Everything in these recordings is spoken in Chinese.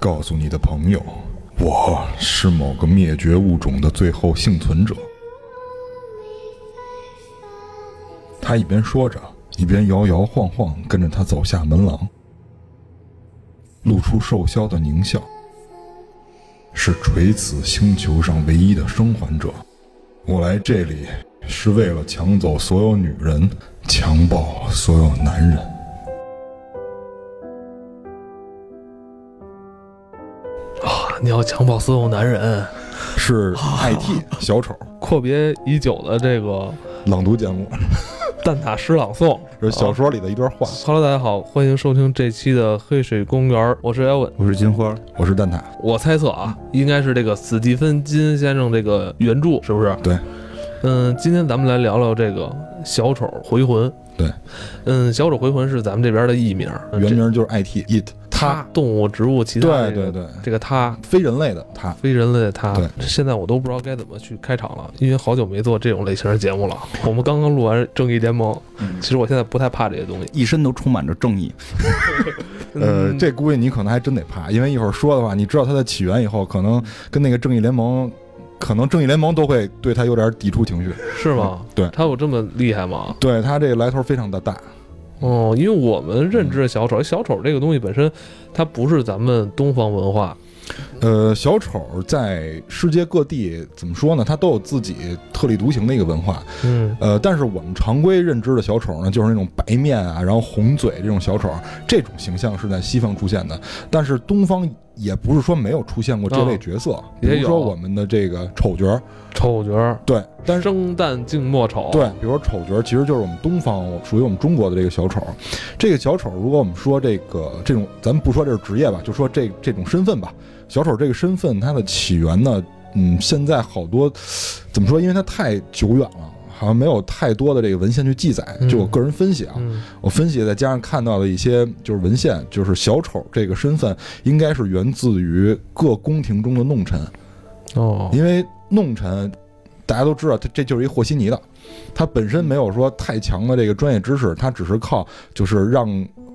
告诉你的朋友，我是某个灭绝物种的最后幸存者。他一边说着，一边摇摇晃晃跟着他走下门廊，露出瘦削的狞笑。是垂死星球上唯一的生还者。我来这里是为了抢走所有女人，强暴所有男人。啊！你要强暴所有男人，是 IT 小丑阔别已久的这个朗读节目，蛋挞诗朗诵。这是小说里的一段话。 Hello，大家好，欢迎收听这期的《黑水公园》，我是 Elvin。我是金花，我是蛋挞，我猜测啊，应该是这个斯蒂芬金先生这个原著，是不是？对。嗯，今天咱们来聊聊这个小丑回魂。对。嗯，小丑回魂是咱们这边的艺名，嗯原这名就是 IT it 他，动物、植物、其他、对这个对对，这个他。非人类的他。非人类的他对，现在我都不知道该怎么去开场了，因为好久没做这种类型的节目了。我们刚刚录完《正义联盟》，其实我现在不太怕这些东西。一身都充满着正义。呃，嗯这估计你可能还真得怕，因为一会儿说的话，你知道它的起源以后，可能跟那个正义联盟，可能正义联盟都会对他有点抵触情绪。是吗？嗯对他有这么厉害吗？对他这个来头非常的大，哦，因为我们认知的小丑，哎小丑这个东西本身，它不是咱们东方文化，呃，小丑在世界各地怎么说呢？他都有自己特立独行的一个文化。嗯，呃，但是我们常规认知的小丑呢，就是那种白面啊，然后红嘴这种小丑，这种形象是在西方出现的。但是东方也不是说没有出现过这类角色，比啊也如有啊说我们的这个丑角，丑角儿，对，但是。生旦净末丑，对，比如说丑角，其实就是我们东方属于我们中国的这个小丑。这个小丑，如果我们说这个这种，咱们不说这是职业吧，就说这这种身份吧。小丑这个身份，它的起源呢，嗯，现在好多怎么说？因为它太久远了，好像没有太多的这个文献去记载。就我个人分析啊，嗯，我分析再加上看到的一些就是文献，就是小丑这个身份应该是源自于各宫廷中的弄臣。哦，因为弄臣，大家都知道，他这就是一和稀泥的，他本身没有说太强的这个专业知识，他只是靠就是让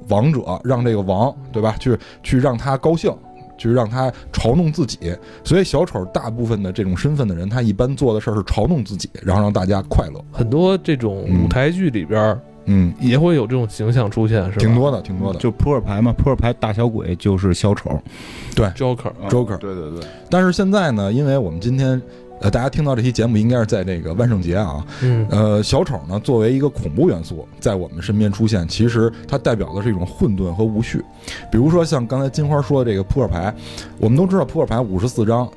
王者，让这个王，对吧？去去让他高兴，去让他嘲弄自己。所以小丑大部分的这种身份的人，他一般做的事儿是嘲弄自己，然后让大家快乐。很多这种舞台剧里边儿嗯，也会有这种形象出现，是吧？挺多的，挺多的。嗯就扑克牌嘛，扑克牌大小鬼就是小丑 Joker， Joker 嗯对对对，但是现在呢，因为我们今天。呃，大家听到这期节目应该是在这个万圣节啊，嗯，呃，小丑呢，作为一个恐怖元素在我们身边出现，其实它代表的是一种混沌和无序。比如说像刚才金花说的这个扑克牌，我们都知道扑克牌五十四张，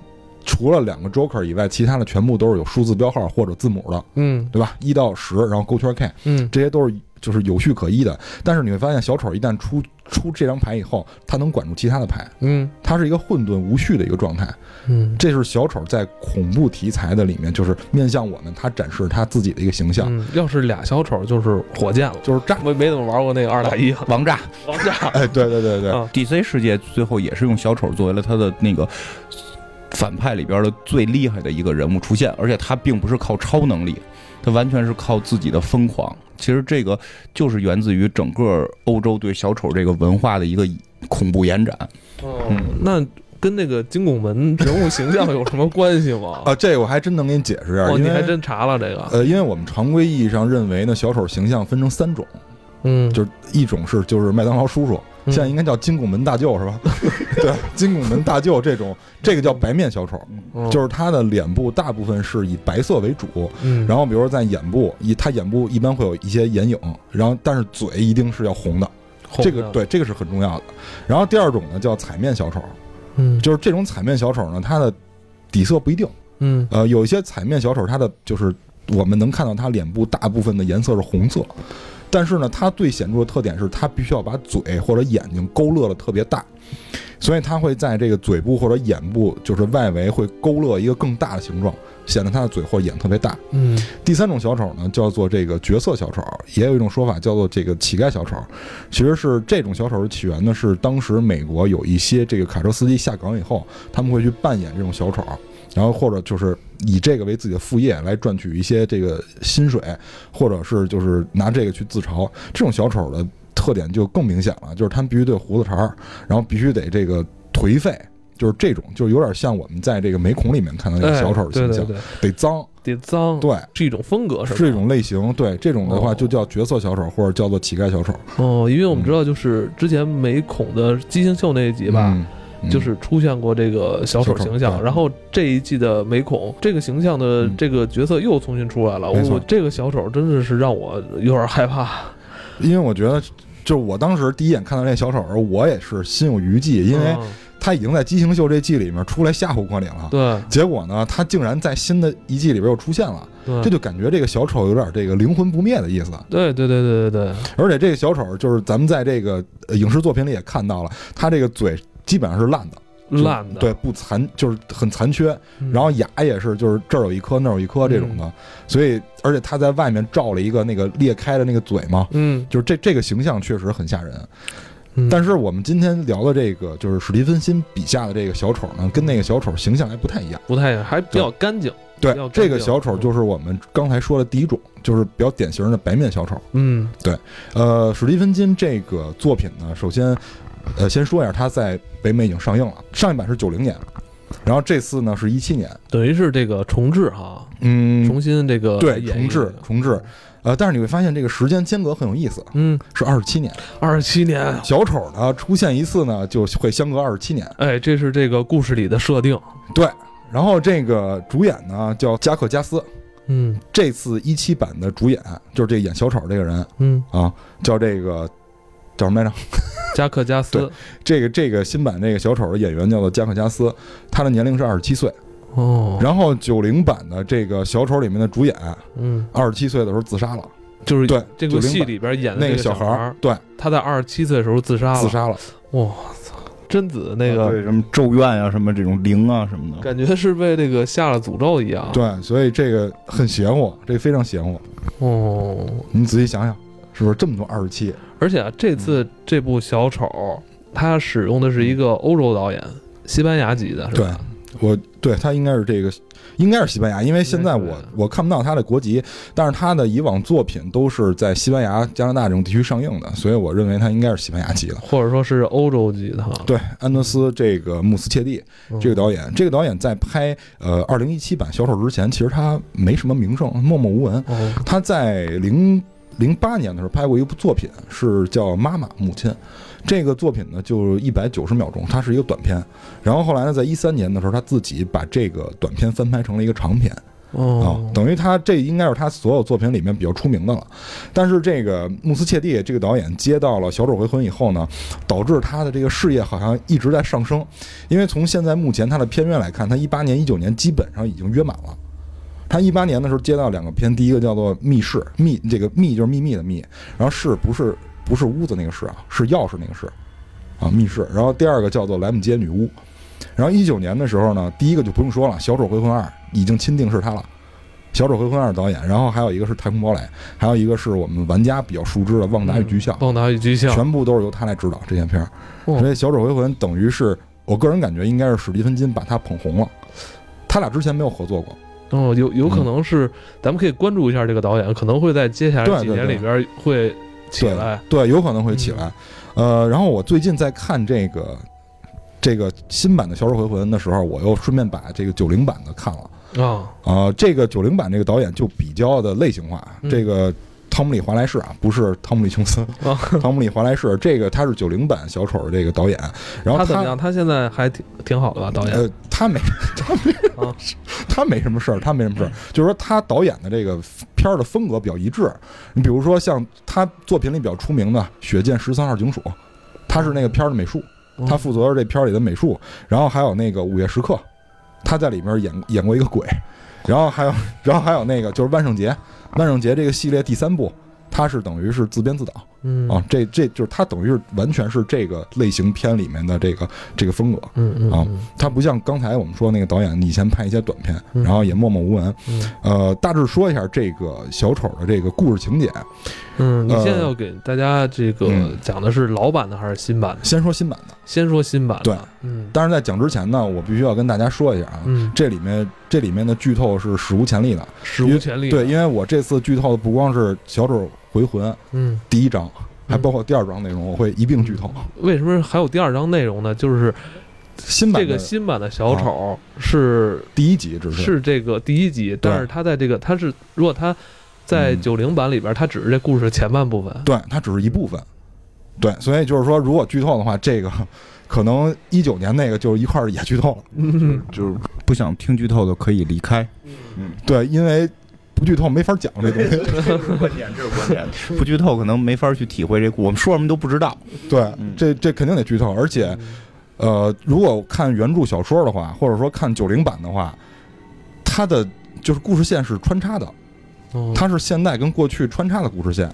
除了两个 Joker 以外，其他的全部都是有数字标号或者字母的，嗯，对吧？一到十，然后勾圈 K，嗯，这些都是就是有序可依的。但是你会发现，小丑一旦出出这张牌以后，他能管住其他的牌，嗯，它是一个混沌无序的一个状态。嗯，这是小丑在恐怖题材的里面，就是面向我们，他展示他自己的一个形象。嗯，要是俩小丑就是火箭了，就是炸没没怎么玩过那个二打一，王炸。王炸， 哎，对对对对，啊 DC 世界最后也是用小丑作为了他的那个反派里边的最厉害的一个人物出现，而且他并不是靠超能力，他完全是靠自己的疯狂。其实这个就是源自于整个欧洲对小丑这个文化的一个恐怖延展。哦嗯，那跟那个金拱门人物形象有什么关 系吗？啊，这个我还真能给你解释一下，哦，因你还为真查了这个？呃，因为我们常规意义上认为呢，小丑形象分成三种，嗯，就是一种是就是麦当劳叔叔，嗯现在应该叫金拱门大舅是吧？ 对，金拱门大舅这种，这个叫白面小丑，嗯就是他的脸部大部分是以白色为主。嗯，然后，比如在眼部，一他眼部一般会有一些眼影，然后但是嘴一定是要红的，后这个面，对，这个是很重要的。然后第二种呢叫彩面小丑，嗯，就是这种彩面小丑呢，它的底色不一定，嗯呃，有一些彩面小丑，他的就是我们能看到他脸部大部分的颜色是红色，但是呢，他最显著的特点是他必须要把嘴或者眼睛勾勒的特别大，所以他会在这个嘴部或者眼部就是外围会勾勒一个更大的形状，显得他的嘴或眼特别大。嗯第三种小丑呢，叫做这个角色小丑，也有一种说法叫做这个乞丐小丑。其实是这种小丑的起源呢，是当时美国有一些这个卡车司机下岗以后，他们会去扮演这种小丑，然后或者就是以这个为自己的副业来赚取一些这个薪水，或者是就是拿这个去自嘲。这种小丑的特点就更明显了，就是他们必须得有胡子茬儿，然后必须得这个颓废，就是这种，就是有点像我们在这个美恐里面看到那个哎小丑的对形对象，对，得脏，得脏，对，是一种风格，是吧？是一种类型，对这种的话哦就叫角色小丑或者叫做乞丐小丑，哦，因为嗯我们知道，就是之前美恐的畸形秀那一集吧，嗯？嗯就是出现过这个小丑小丑形象，对然后这一季的美恐这个形象的嗯这个角色又重新出来了。没错我这个小丑真的是让我有点害怕。因为我觉得，就是我当时第一眼看到这小丑，我也是心有余悸，因为嗯他已经在《畸形秀》这季里面出来吓唬过你了。对结果呢，他竟然在新的一季里边又出现了，对这就感觉这个小丑有点这个灵魂不灭的意思。对对对对对对，而且这个小丑就是咱们在这个呃影视作品里也看到了，他这个嘴基本上是烂的，就烂的，对，不残就是很残缺，嗯，然后牙也是，就是这儿有一颗，那儿有一颗这种的，所以而且他在外面罩了一个那个裂开的那个嘴嘛，嗯，就是这这个形象确实很吓人。嗯但是我们今天聊的这个就是史蒂芬辛笔下的这个小丑呢，跟那个小丑形象还不太一样。不太一样，还比较干净。对比较，干净这个小丑就是我们刚才说的第一种，就是比较典型的白面小丑。嗯呃，史蒂芬金这个作品呢，首先，呃，先说一下，它在北美已经上映了，上一版是九零年，然后这次呢是一七年，等于是这个重置哈，嗯，重新这个对，演重绎置，重置。呃，但是你会发现这个时间间隔很有意思，嗯，是二十七年。二十七年，小丑呢出现一次呢，就会相隔二十七年。哎，这是这个故事里的设定，然后这个主演呢叫加克加斯，嗯这次一七版的主演就是这演小丑这个人嗯，啊，叫这个叫什么来着？加克加斯对，这个这个新版这个小丑的演员叫做加克加斯，他的年龄是二十七岁。哦，然后九零版的这个小丑里面的主演，嗯，二十七岁的时候自杀了，就是对这个90戏版里边演的那这个个小小孩儿儿，对他在二十七岁的时候自杀了，自杀了，哇操，贞子那对个什么咒怨啊，什么这种灵啊什么的，感觉是被这个下了诅咒一样，，对，所以这个很邪乎，这个非常邪乎。哦，你仔细想想，是不是这么多二十七？而且啊，这次嗯这部小丑他使用的是一个欧洲导演，西班牙籍的，是吧？我对他应该是这个，应该是西班牙，因为现在应该我是我看不到他的国籍，但是他的以往作品都是在西班牙、加拿大这种地区上映的，所以我认为他应该是西班牙籍的。或者说是欧洲籍的哈，对，安德斯这个穆斯切蒂嗯这个导演，这个导演在拍呃二零一七版《小丑》之前，其实他没什么名声，默默无闻。哦，他在零零八年的时候拍过一部作品，是叫《妈妈母亲》。这个作品呢，就一百九十秒钟，它是一个短片。然后后来呢，在一三年的时候，他自己把这个短片翻拍成了一个长片啊、哦，等于他这应该是他所有作品里面比较出名的了。但是这个穆斯切蒂这个导演接到了《小丑回魂》以后呢，导致他的这个事业好像一直在上升，因为从现在目前他的片源来看，他一八年、一九年基本上已经约满了。他一八年的时候接到两个片，第一个叫做《密室》，密这个密就是秘密的密，然后室不是不是屋子那个室啊，是钥匙那个室啊，密室。然后第二个叫做《莱姆街女巫》，然后一九年的时候呢，第一个就不用说了，《小丑回魂二》啊已经钦定是他了，《小丑回魂二》导演，然后还有一个是《太空堡垒》，还有一个是我们玩家比较熟知的《旺达与巨像》棒打与巨像，啊全部都是由他来指导这些片儿，啊哦所以《小丑回魂》等于是我个人感觉应该是史蒂芬金把他捧红了，他俩之前没有合作过，哦，有有嗯可能是，咱们可以关注一下这个导演，可能会在接下对来几对年对里边会起对来。嗯对，有可能会起来。呃，然后我最近在看这个这个新版的《小丑回魂》的时候，我又顺便把这个九零版的看了。啊，啊，这个九零版这个导演就比较的类型化，啊嗯这个汤姆·利·华莱士啊，不是汤姆·利·琼斯，啊 汤姆·利·华莱士，这个他是九零版小丑的这个导演，然后啊他怎么样？他现在还挺挺好的吧？导演呃，他没他没 啊嗯他没什么事儿，他没什么事儿，就是说他导演的这个片儿的风格比较一致。你比如说像他作品里比较出名的《血溅十三号警署》，他是那个片儿的美术，嗯他负责这片儿里的美术，然后还有那个《午夜时刻》，他在里面演演过一个鬼，然后还有然后还有那个就是万圣节，万圣节这个系列第三部。他是等于是自编自导嗯啊，这这就是他等于是完全是这个类型片里面的这个这个风格，嗯嗯啊嗯他不像刚才我们说那个导演，以前拍一些短片，嗯然后也默默无闻。嗯呃，大致说一下这个小丑的这个故事情节。嗯，你呃现在要给大家这个嗯讲的是老版的还是新版的？先说新版的，先说新版的。对，嗯但是在讲之前呢，我必须要跟大家说一下啊，嗯，这里面这里面的剧透是史无前例的。史无前例。对，，因为我这次剧透的不光是《小丑回魂》嗯第一章，还包括第二章内容，我会一并剧透。为什么还有第二章内容呢？就是新版这的个新版的小丑是第一集只是是这个第一集，但是他在这个他是如果他在嗯九零版里边，他只是这故事的前半部分。对，它只是一部分。对，所以就是说，如果剧透的话，这个可能一九年那个就一块儿也剧透了。嗯，就是不想听剧透的可以离开。对，因为不剧透没法讲这东西。这是观点，这是观点。 不剧透可能没法去体会这故，我们说什么都不知道。对嗯，这这肯定得剧透，而且呃，如果看原著小说的话，或者说看九零版的话，它的就是故事线是穿插的，哦它是现代跟过去穿插的故事线。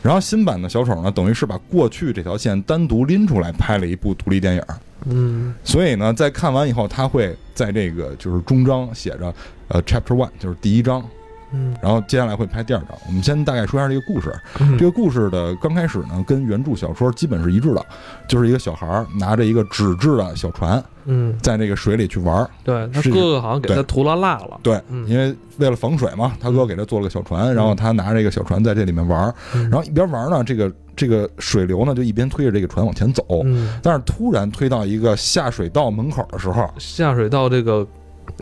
然后新版的小丑呢，等于是把过去这条线单独拎出来拍了一部独立电影。嗯所以呢，在看完以后，他会在这个就是终章写着呃 Chapter One，就是第一章，嗯然后接下来会拍第二章。我们先大概说一下这个故事。嗯这个故事的刚开始呢，跟原著小说基本是一致的，就是一个小孩儿拿着一个纸质的小船，嗯，在那个水里去玩儿。对他是哥哥好像给他对涂了蜡了。对，嗯因为为了防水嘛，他哥给他做了个小船，然后他拿着一个小船在这里面玩儿，嗯然后一边玩儿呢，这个这个水流呢就一边推着这个船往前走，嗯，但是突然推到一个下水道门口的时候，下水道这个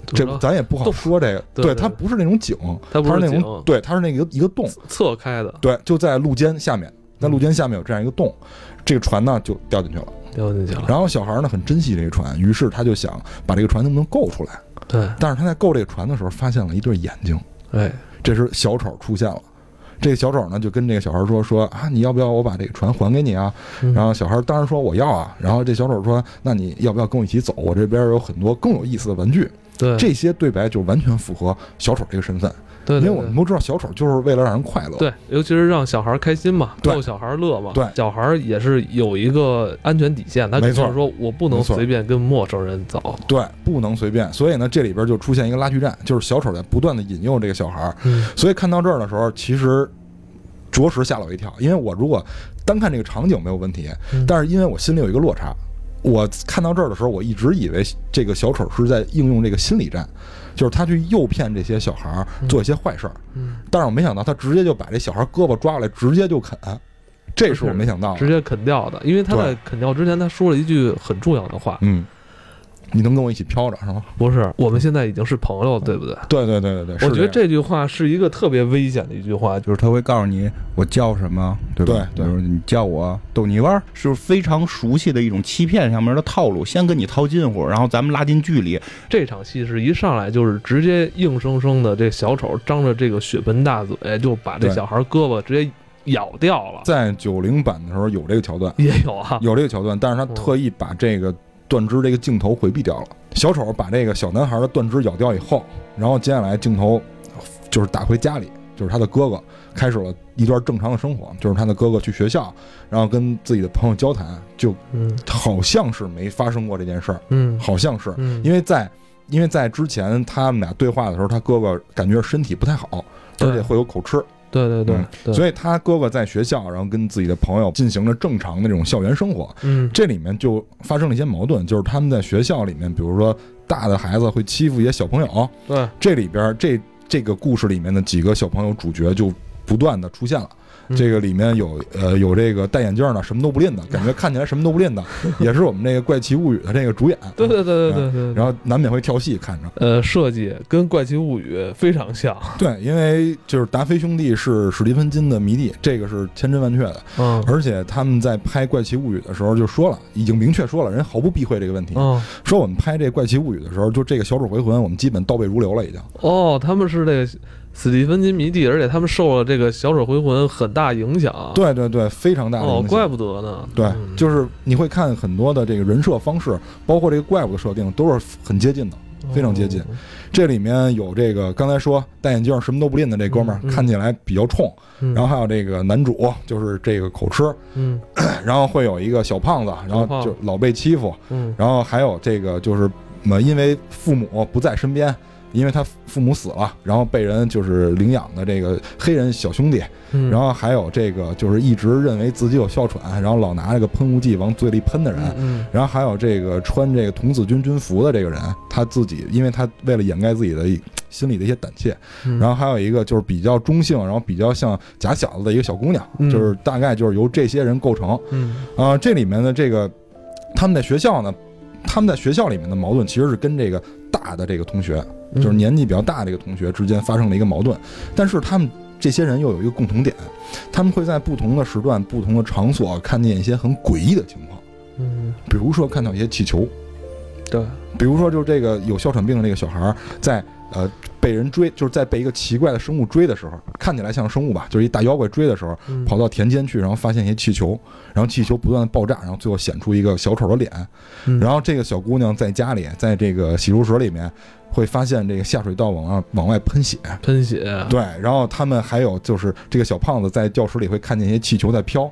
这咱也不好洞说这个， 对对它不是那种井，它不它是那种井对，它是那个一个洞，侧开的对，就在路肩下面，在嗯路肩下面有这样一个洞，这个船呢就掉进去了。掉进去了。然后小孩呢很珍惜这个船，于是他就想把这个船能不能够出来。对，但是他在够这个船的时候，发现了一对眼睛，哎，这时小丑出现了。这个小丑呢就跟这个小孩说说啊，你要不要我把这个船还给你啊？嗯然后小孩当然说我要啊。然后这小丑说，那你要不要跟我一起走？我这边有很多更有意思的玩具。对这些对白就完全符合小丑这个身份，对，因对为我们都知道小丑就是为了让人快乐。对，尤其是让小孩儿开心嘛，对逗小孩儿乐嘛。对小孩儿也是有一个安全底线，他没肯定错是说我不能没错随便跟陌生人走。对不能随便。所以呢，这里边就出现一个拉锯战，就是小丑在不断的引诱这个小孩儿。嗯所以看到这儿的时候，其实着实吓了我一跳，因为我如果单看这个场景没有问题嗯，但是因为我心里有一个落差。我看到这儿的时候，我一直以为这个小丑是在应用这个心理战，就是他去诱骗这些小孩儿做一些坏事儿，嗯，但是我没想到他直接就把这小孩胳膊抓过来，直接就啃，这是我没想到的。直接啃掉的，因为他对在啃掉之前，他说了一句很重要的话，嗯，你能跟我一起飘着是吗？不是我们现在已经是朋友，对不对？对对对对对，我觉嗯是得这这句话是一个特别危险的一句话，就是他会告诉你我叫什么，对吧？对对就是你叫我逗你玩儿，是非常熟悉的一种欺骗上面的套路，先跟你套近乎，然后咱们拉近距离。这场戏是一上来就是直接硬生生的，这小丑张着这个血盆大嘴就把这对小孩胳膊直接咬掉了，在九零版的时候有这个桥段，也有啊，有这个桥段，但是他特意把这个断肢这个镜头回避掉了。小丑把这个小男孩的断肢咬掉以后，然后接下来镜头就是打回家里，就是他的哥哥开始了一段正常的生活，就是他的哥哥去学校，然后跟自己的朋友交谈，就嗯好像是没发生过这件事儿，嗯好像是，嗯，因为在因为在之前他们俩对话的时候，他哥哥感觉身体不太好，对而且会有口吃，对对对嗯对，以所以他哥哥在学校，然后跟自己的朋友进行了正常的这种校园生活。嗯这里面就发生了一些矛盾，就是他们在学校里面，比如说大的孩子会欺负一些小朋友，对，这里边这这个故事里面的几个小朋友主角就不断的出现了。嗯这个里面有呃有这个戴眼镜的什么都不吝的感觉，看起来什么都不吝的，也是我们这个《怪奇物语》的这个主演。对对对对对对。然后难免会跳戏，看着呃，设计跟《怪奇物语》非常像，对，因为就是达菲兄弟是史蒂芬金的迷弟，这个是千真万确的。嗯而且他们在拍《怪奇物语》的时候就说了，已经明确说了，人毫不避讳这个问题，嗯说我们拍这《怪奇物语》的时候，就这个小丑回魂，我们基本倒背如流了，已经。哦，他们是这个史蒂芬金迷弟，而且他们受了这个《小丑回魂》很大影响。对对对，非常大的哦影，响。怪不得呢。对，嗯就是你会看很多的这个人设方式，包括这个怪物的设定，都是很接近的。非常接近哦这里面有这个刚才说戴眼镜什么都不吝的这哥们儿嗯，嗯看起来比较冲，嗯、然后还有这个男主就是这个口吃，嗯然后会有一个小胖子，然小后胖就老被欺负，嗯然后还有这个就是，呃，因为父母不在身边，因为他父母死了，然后被人就是领养的这个黑人小兄弟，嗯，然后还有这个就是一直认为自己有哮喘，然后老拿这个喷雾剂往嘴里喷的人。嗯然后还有这个穿这个童子军军服的这个人，他自己，因为他为了掩盖自己的心里的一些胆怯。嗯然后还有一个就是比较中性，然后比较像假小子的一个小姑娘，嗯就是大概就是由这些人构成。嗯啊、这里面的这个他们在学校呢，他们在学校里面的矛盾其实是跟这个大的这个同学，嗯就是年纪比较大的一个同学之间发生了一个矛盾，但是他们。这些人又有一个共同点，他们会在不同的时段、不同的场所看见一些很诡异的情况，嗯比如说看到一些气球，对比如说，就是这个有哮喘病的这个小孩儿，在呃被人追，就是在被一个奇怪的生物追的时候，看起来像生物吧，就是一大妖怪追的时候，嗯跑到田间去，然后发现一些气球，然后气球不断的爆炸，然后最后显出一个小丑的脸。嗯然后这个小姑娘在家里，在这个洗漱室里面，会发现这个下水道往外往外喷血。喷血对，然后他们还有就是这个小胖子在教室里会看见一些气球在飘，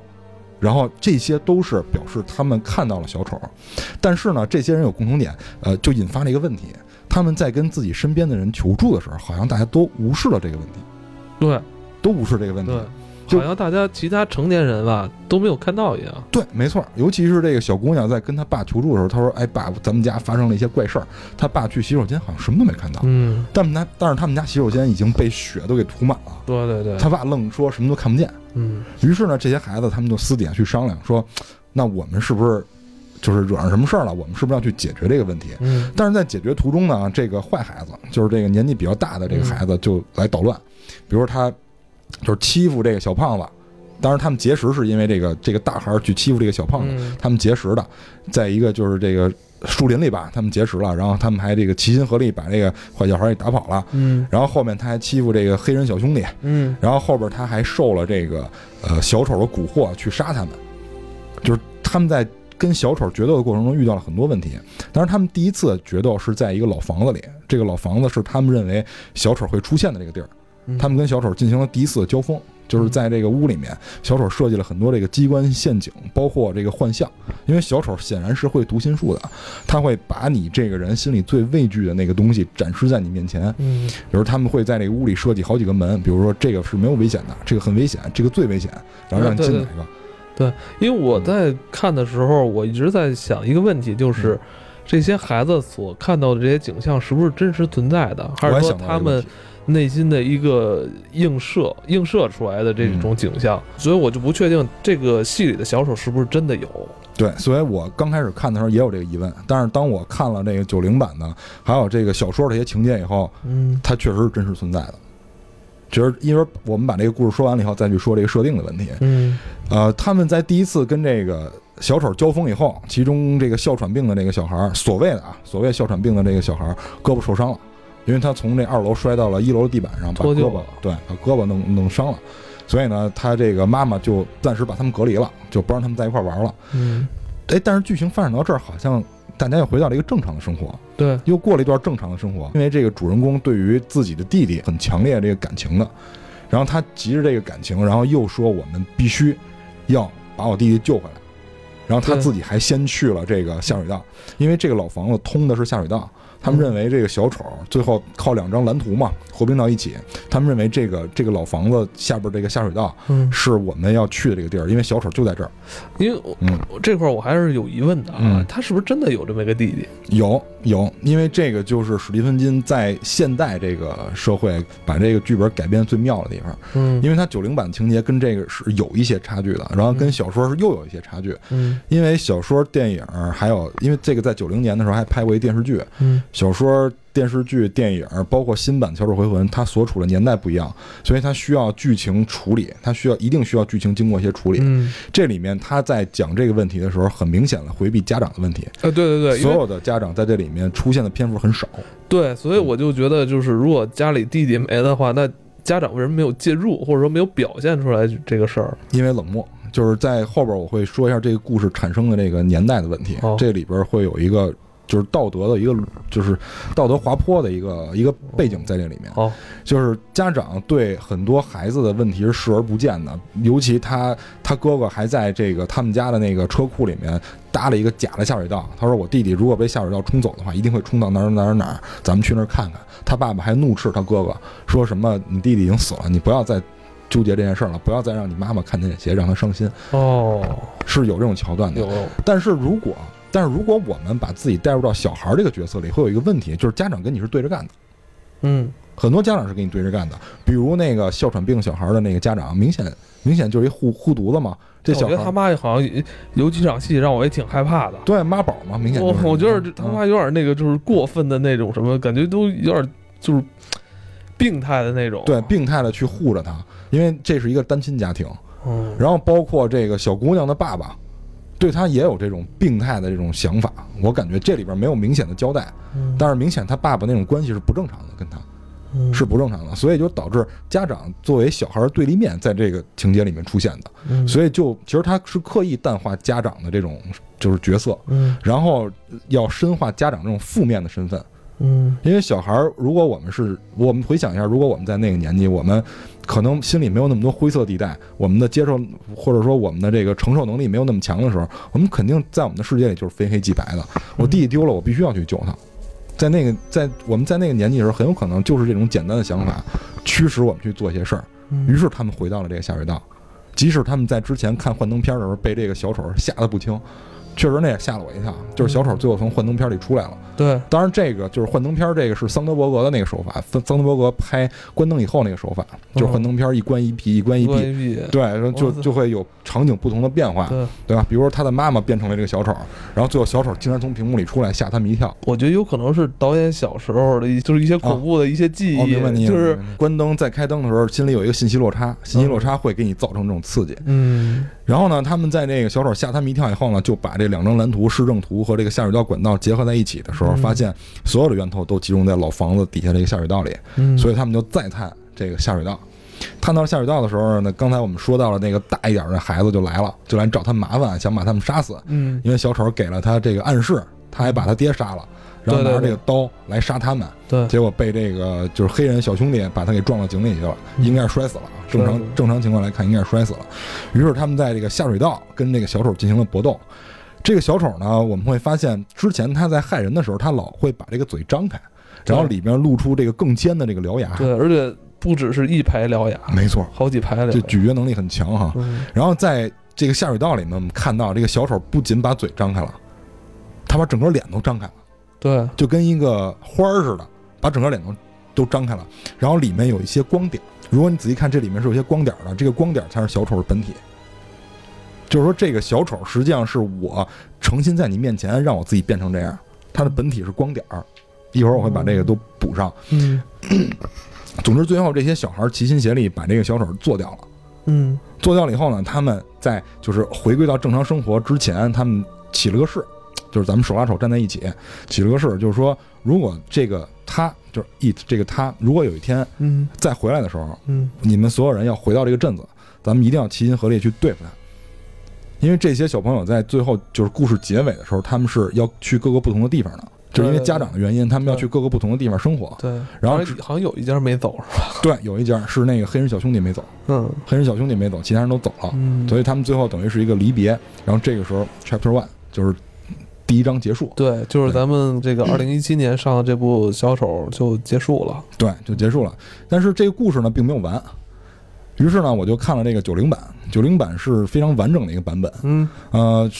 然后这些都是表示他们看到了小丑，但是呢，这些人有共同点，呃，就引发了一个问题，他们在跟自己身边的人求助的时候，好像大家都无视了这个问题，对都无视这个问题。对，就好像大家其他成年人吧都没有看到一样。对，没错，尤其是这个小姑娘在跟她爸求助的时候，她说：“哎，爸，咱们家发生了一些怪事儿。”她爸去洗手间好像什么都没看到，嗯，但他但是他们家洗手间已经被血都给涂满了，对对对，他爸愣说什么都看不见。嗯于是呢，这些孩子他们就私底下去商量说，那我们是不是就是惹上什么事儿了？我们是不是要去解决这个问题？嗯但是在解决途中呢，这个坏孩子，就是这个年纪比较大的这个嗯孩子，就来捣乱，比如说他就是欺负这个小胖子。当然，他们结识是因为这个这个大孩儿去欺负这个小胖子，嗯他们结识的，在一个就是这个树林里吧，他们结识了，然后他们还这个齐心合力把这个坏小孩儿给打跑了。嗯然后后面他还欺负这个黑人小兄弟，嗯然后后边他还受了这个呃小丑的蛊惑去杀他们，就是他们在跟小丑决斗的过程中遇到了很多问题。但是他们第一次决斗是在一个老房子里，这个老房子是他们认为小丑会出现的这个地儿嗯。他们跟小丑进行了第一次的交锋，就是在这个屋里面，小丑设计了很多这个机关陷阱，包括这个幻象。因为小丑显然是会读心术的，他会把你这个人心里最畏惧的那个东西展示在你面前。嗯比如他们会在这个屋里设计好几个门，比如说这个是没有危险的，这个很危险，这个最危险，然后让你进哪啊对个？因为我在看的时候，我一直在想一个问题，就是。这些孩子所看到的这些景象是不是真实存在的，还我是也说想过他这个问们题内心的一个映射、映射出来的这种景象？嗯所以我就不确定这个戏里的小丑是不是真的有。对，所以我刚开始看的时候也有这个疑问，但是当我看了这个九零版的，还有这个小说这些情节以后，嗯它确实是真实存在的。觉得，因为我们把这个故事说完了以后，再去说这个设定的问题。嗯呃，他们在第一次跟这个小丑交锋以后，其中这个哮喘病的那个小孩儿，所谓的啊，所谓哮喘病的这个小孩儿，胳膊受伤了，因为他从这二楼摔到了一楼的地板上，把脱胳臼膊了对，把胳膊弄弄伤了，所以呢，他这个妈妈就暂时把他们隔离了，就不让他们在一块儿玩了。嗯，哎，但是剧情发展到这儿，好像大家又回到了一个正常的生活，嗯对，又过了一段正常的生活，因为这个主人公对于自己的弟弟很强烈的这个感情的，然后他急着这个感情，然后又说我们必须要把我弟弟救回来，然后他对自己还先去了这个下水道，因为这个老房子通的是下水道，他们嗯认为这个小丑最后靠两张蓝图嘛合并到一起，他们认为这个这个老房子下边这个下水道嗯，是我们要去的这个地儿，因为小丑就在这儿，因为我嗯。我这块儿我还是有疑问的啊嗯，他是不是真的有这么一个弟弟？有有，因为这个就是史蒂芬金在现代这个社会把这个剧本改编最妙的地方，嗯因为它九零版情节跟这个是有一些差距的，然后跟嗯小说是又有一些差距，嗯因为小说、电影还有，因为这个在九零年的时候还拍过一电视剧，嗯小说、电视剧、电影，包括新版《小丑回魂》，它所处的年代不一样，所以它需要剧情处理，它需要一定需要剧情经过一些处理。嗯，这里面他在讲这个问题的时候，很明显的回避家长的问题，呃，对对对，因所为有的家长在这里面出现的篇幅很少。对，所以我就觉得，就是如果家里弟弟没的话，那家长为什么没有介入，或者说没有表现出来这个事儿？因为冷漠，就是在后边我会说一下这个故事产生的这个年代的问题。哦这里边会有一个就是道德的一个就是道德滑坡的一个一个背景在这里面，哦，就是家长对很多孩子的问题是视而不见的，尤其他他哥哥还在这个他们家的那个车库里面搭了一个假的下水道，他说我弟弟如果被下水道冲走的话，一定会冲到哪儿哪儿哪儿，咱们去那儿看看。他爸爸还怒斥他哥哥说什么你弟弟已经死了，你不要再。纠结这件事儿了，不要再让你妈妈看见这些，让她伤心。哦，是有这种桥段的。有，但是如果，但是如果我们把自己带入到小孩儿这个角色里，会有一个问题，就是家长跟你是对着干的。嗯很多家长是跟你对着干的，比如那个哮喘病小孩的那个家长，明显明显就是一护护犊子嘛，这我小觉得他孩妈好像有几场戏让我也挺害怕的。对妈宝嘛，明显我就是我觉得这他嗯妈有点那个，就是过分的那种什么，感觉都有点就是病态的那种。对，病态的去护着他，因为这是一个单亲家庭，嗯，然后包括这个小姑娘的爸爸，对她也有这种病态的这种想法，我感觉这里边没有明显的交代，嗯但是明显他爸爸那种关系是不正常的，跟他嗯是不正常的，所以就导致家长作为小孩的对立面在这个情节里面出现的，嗯所以就其实他是刻意淡化家长的这种就是角色，嗯然后要深化家长这种负面的身份。嗯因为小孩儿，如果我们是，我们回想一下，如果我们在那个年纪，我们可能心里没有那么多灰色地带，我们的接受或者说我们的这个承受能力没有那么强的时候，我们肯定在我们的世界里就是非黑即白的。我弟弟丢了，我必须要去救他。在那个在我们在那个年纪的时候，很有可能就是这种简单的想法驱使我们去做一些事儿。嗯于是他们回到了这个下水道，即使他们在之前看幻灯片的时候被这个小丑吓得不轻，确实那也吓了我一跳，就是小丑最后从幻灯片里出来了。对，当然，这个就是幻灯片儿，这个是桑德伯格的那个手法，桑桑德伯格拍关灯以后那个手法，就是幻灯片儿一关一闭，一关一关闭，闭，对，然后就哇塞就会有场景不同的变化，对，对吧？比如说他的妈妈变成了这个小丑，然后最后小丑竟然从屏幕里出来，吓他们一跳。我觉得有可能是导演小时候的一，就是一些恐怖的一些记忆，啊哦，明白你意思哎就是关灯再开灯的时候，心里有一个信息落差，信息落差会给你造成这种刺激。嗯然后呢，他们在那个小丑吓他们一跳以后呢，就把这两张蓝图、市政图和这个下水道管道结合在一起的时候，嗯发现所有的源头都集中在老房子底下这个下水道里。嗯，所以他们就再探这个下水道。探到下水道的时候呢，刚才我们说到了那个大一点的孩子就来了，就来找他麻烦，想把他们杀死，嗯因为小丑给了他这个暗示，他还把他爹杀了，然后拿着这个刀来杀他们，对，结果被这个就是黑人小兄弟把他给撞到井里去了，嗯应该是摔死了，啊正摔死了常正常情况来看应该是摔死了。于是他们在这个下水道跟这个小丑进行了搏斗。这个小丑呢，我们会发现之前他在害人的时候，他老会把这个嘴张开，然后里面露出这个更尖的这个獠牙。对，而且不只是一排獠牙，没错，好几排獠牙，这咀嚼能力很强哈。嗯然后在这个下水道里面，我们看到这个小丑不仅把嘴张开了，他把整个脸都张开了，对，就跟一个花儿似的，把整个脸都都张开了。然后里面有一些光点，如果你仔细看，这里面是有一些光点的，这个光点才是小丑的本体。就是说，这个小丑实际上是我诚心在你面前让我自己变成这样，它的本体是光点儿。一会儿我会把这个都补上。嗯总之，最后这些小孩儿齐心协力把这个小丑做掉了。嗯做掉了以后呢，他们在就是回归到正常生活之前，他们起了个誓，就是咱们手拉手站在一起，起了个誓，就是说，如果这个他就是 it 这个他，如果有一天嗯再回来的时候，嗯，你们所有人要回到这个镇子，咱们一定要齐心合力去对付他。因为这些小朋友在最后就是故事结尾的时候，他们是要去各个不同的地方的，就是因为对对家长的原因，他们要对去各个不同的地方生活。对，然后好像好像有一家没走，是吧？对，有一家是那个黑人小兄弟没走，嗯黑人小兄弟没走，其他人都走了。嗯，所以他们最后等于是一个离别。然后这个时候，Chapter One 就是第一章结束，对，就是咱们 这个二零一七年上的这部《小丑》就结束了。对，就结束了。但是这个故事呢，并没有完。于是呢，我就看了这个九零版，九零版是非常完整的一个版本。嗯呃，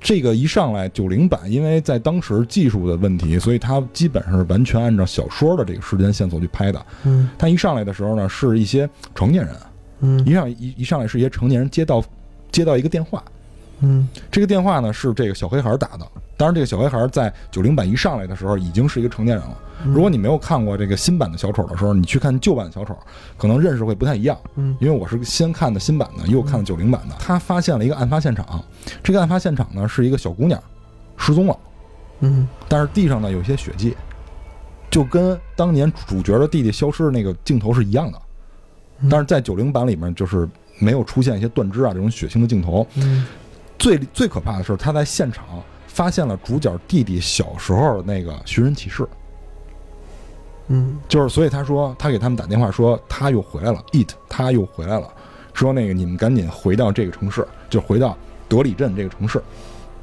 这个一上来九零版，因为在当时技术的问题，所以它基本上是完全按照小说的这个时间线索去拍的。嗯它一上来的时候呢，是一些成年人，嗯一上一一上来是一些成年人接到接到一个电话，嗯这个电话呢是这个小黑孩打的。当然，这个小黑孩在九零版一上来的时候已经是一个成年人了。嗯如果你没有看过这个新版的小丑的时候，你去看旧版的小丑，可能认识会不太一样。嗯因为我是先看的新版的，又看的九零版的。他发现了一个案发现场，这个案发现场呢是一个小姑娘失踪了，嗯但是地上呢有一些血迹，就跟当年主角的弟弟消失的那个镜头是一样的。嗯但是在九零版里面就是没有出现一些断肢啊这种血腥的镜头。嗯最最可怕的是，他在现场发现了主角弟弟小时候的那个寻人启事，嗯就是所以他说他给他们打电话说他又回来了，it 他又回来了，说那个你们赶紧回到这个城市，就回到德里镇这个城市，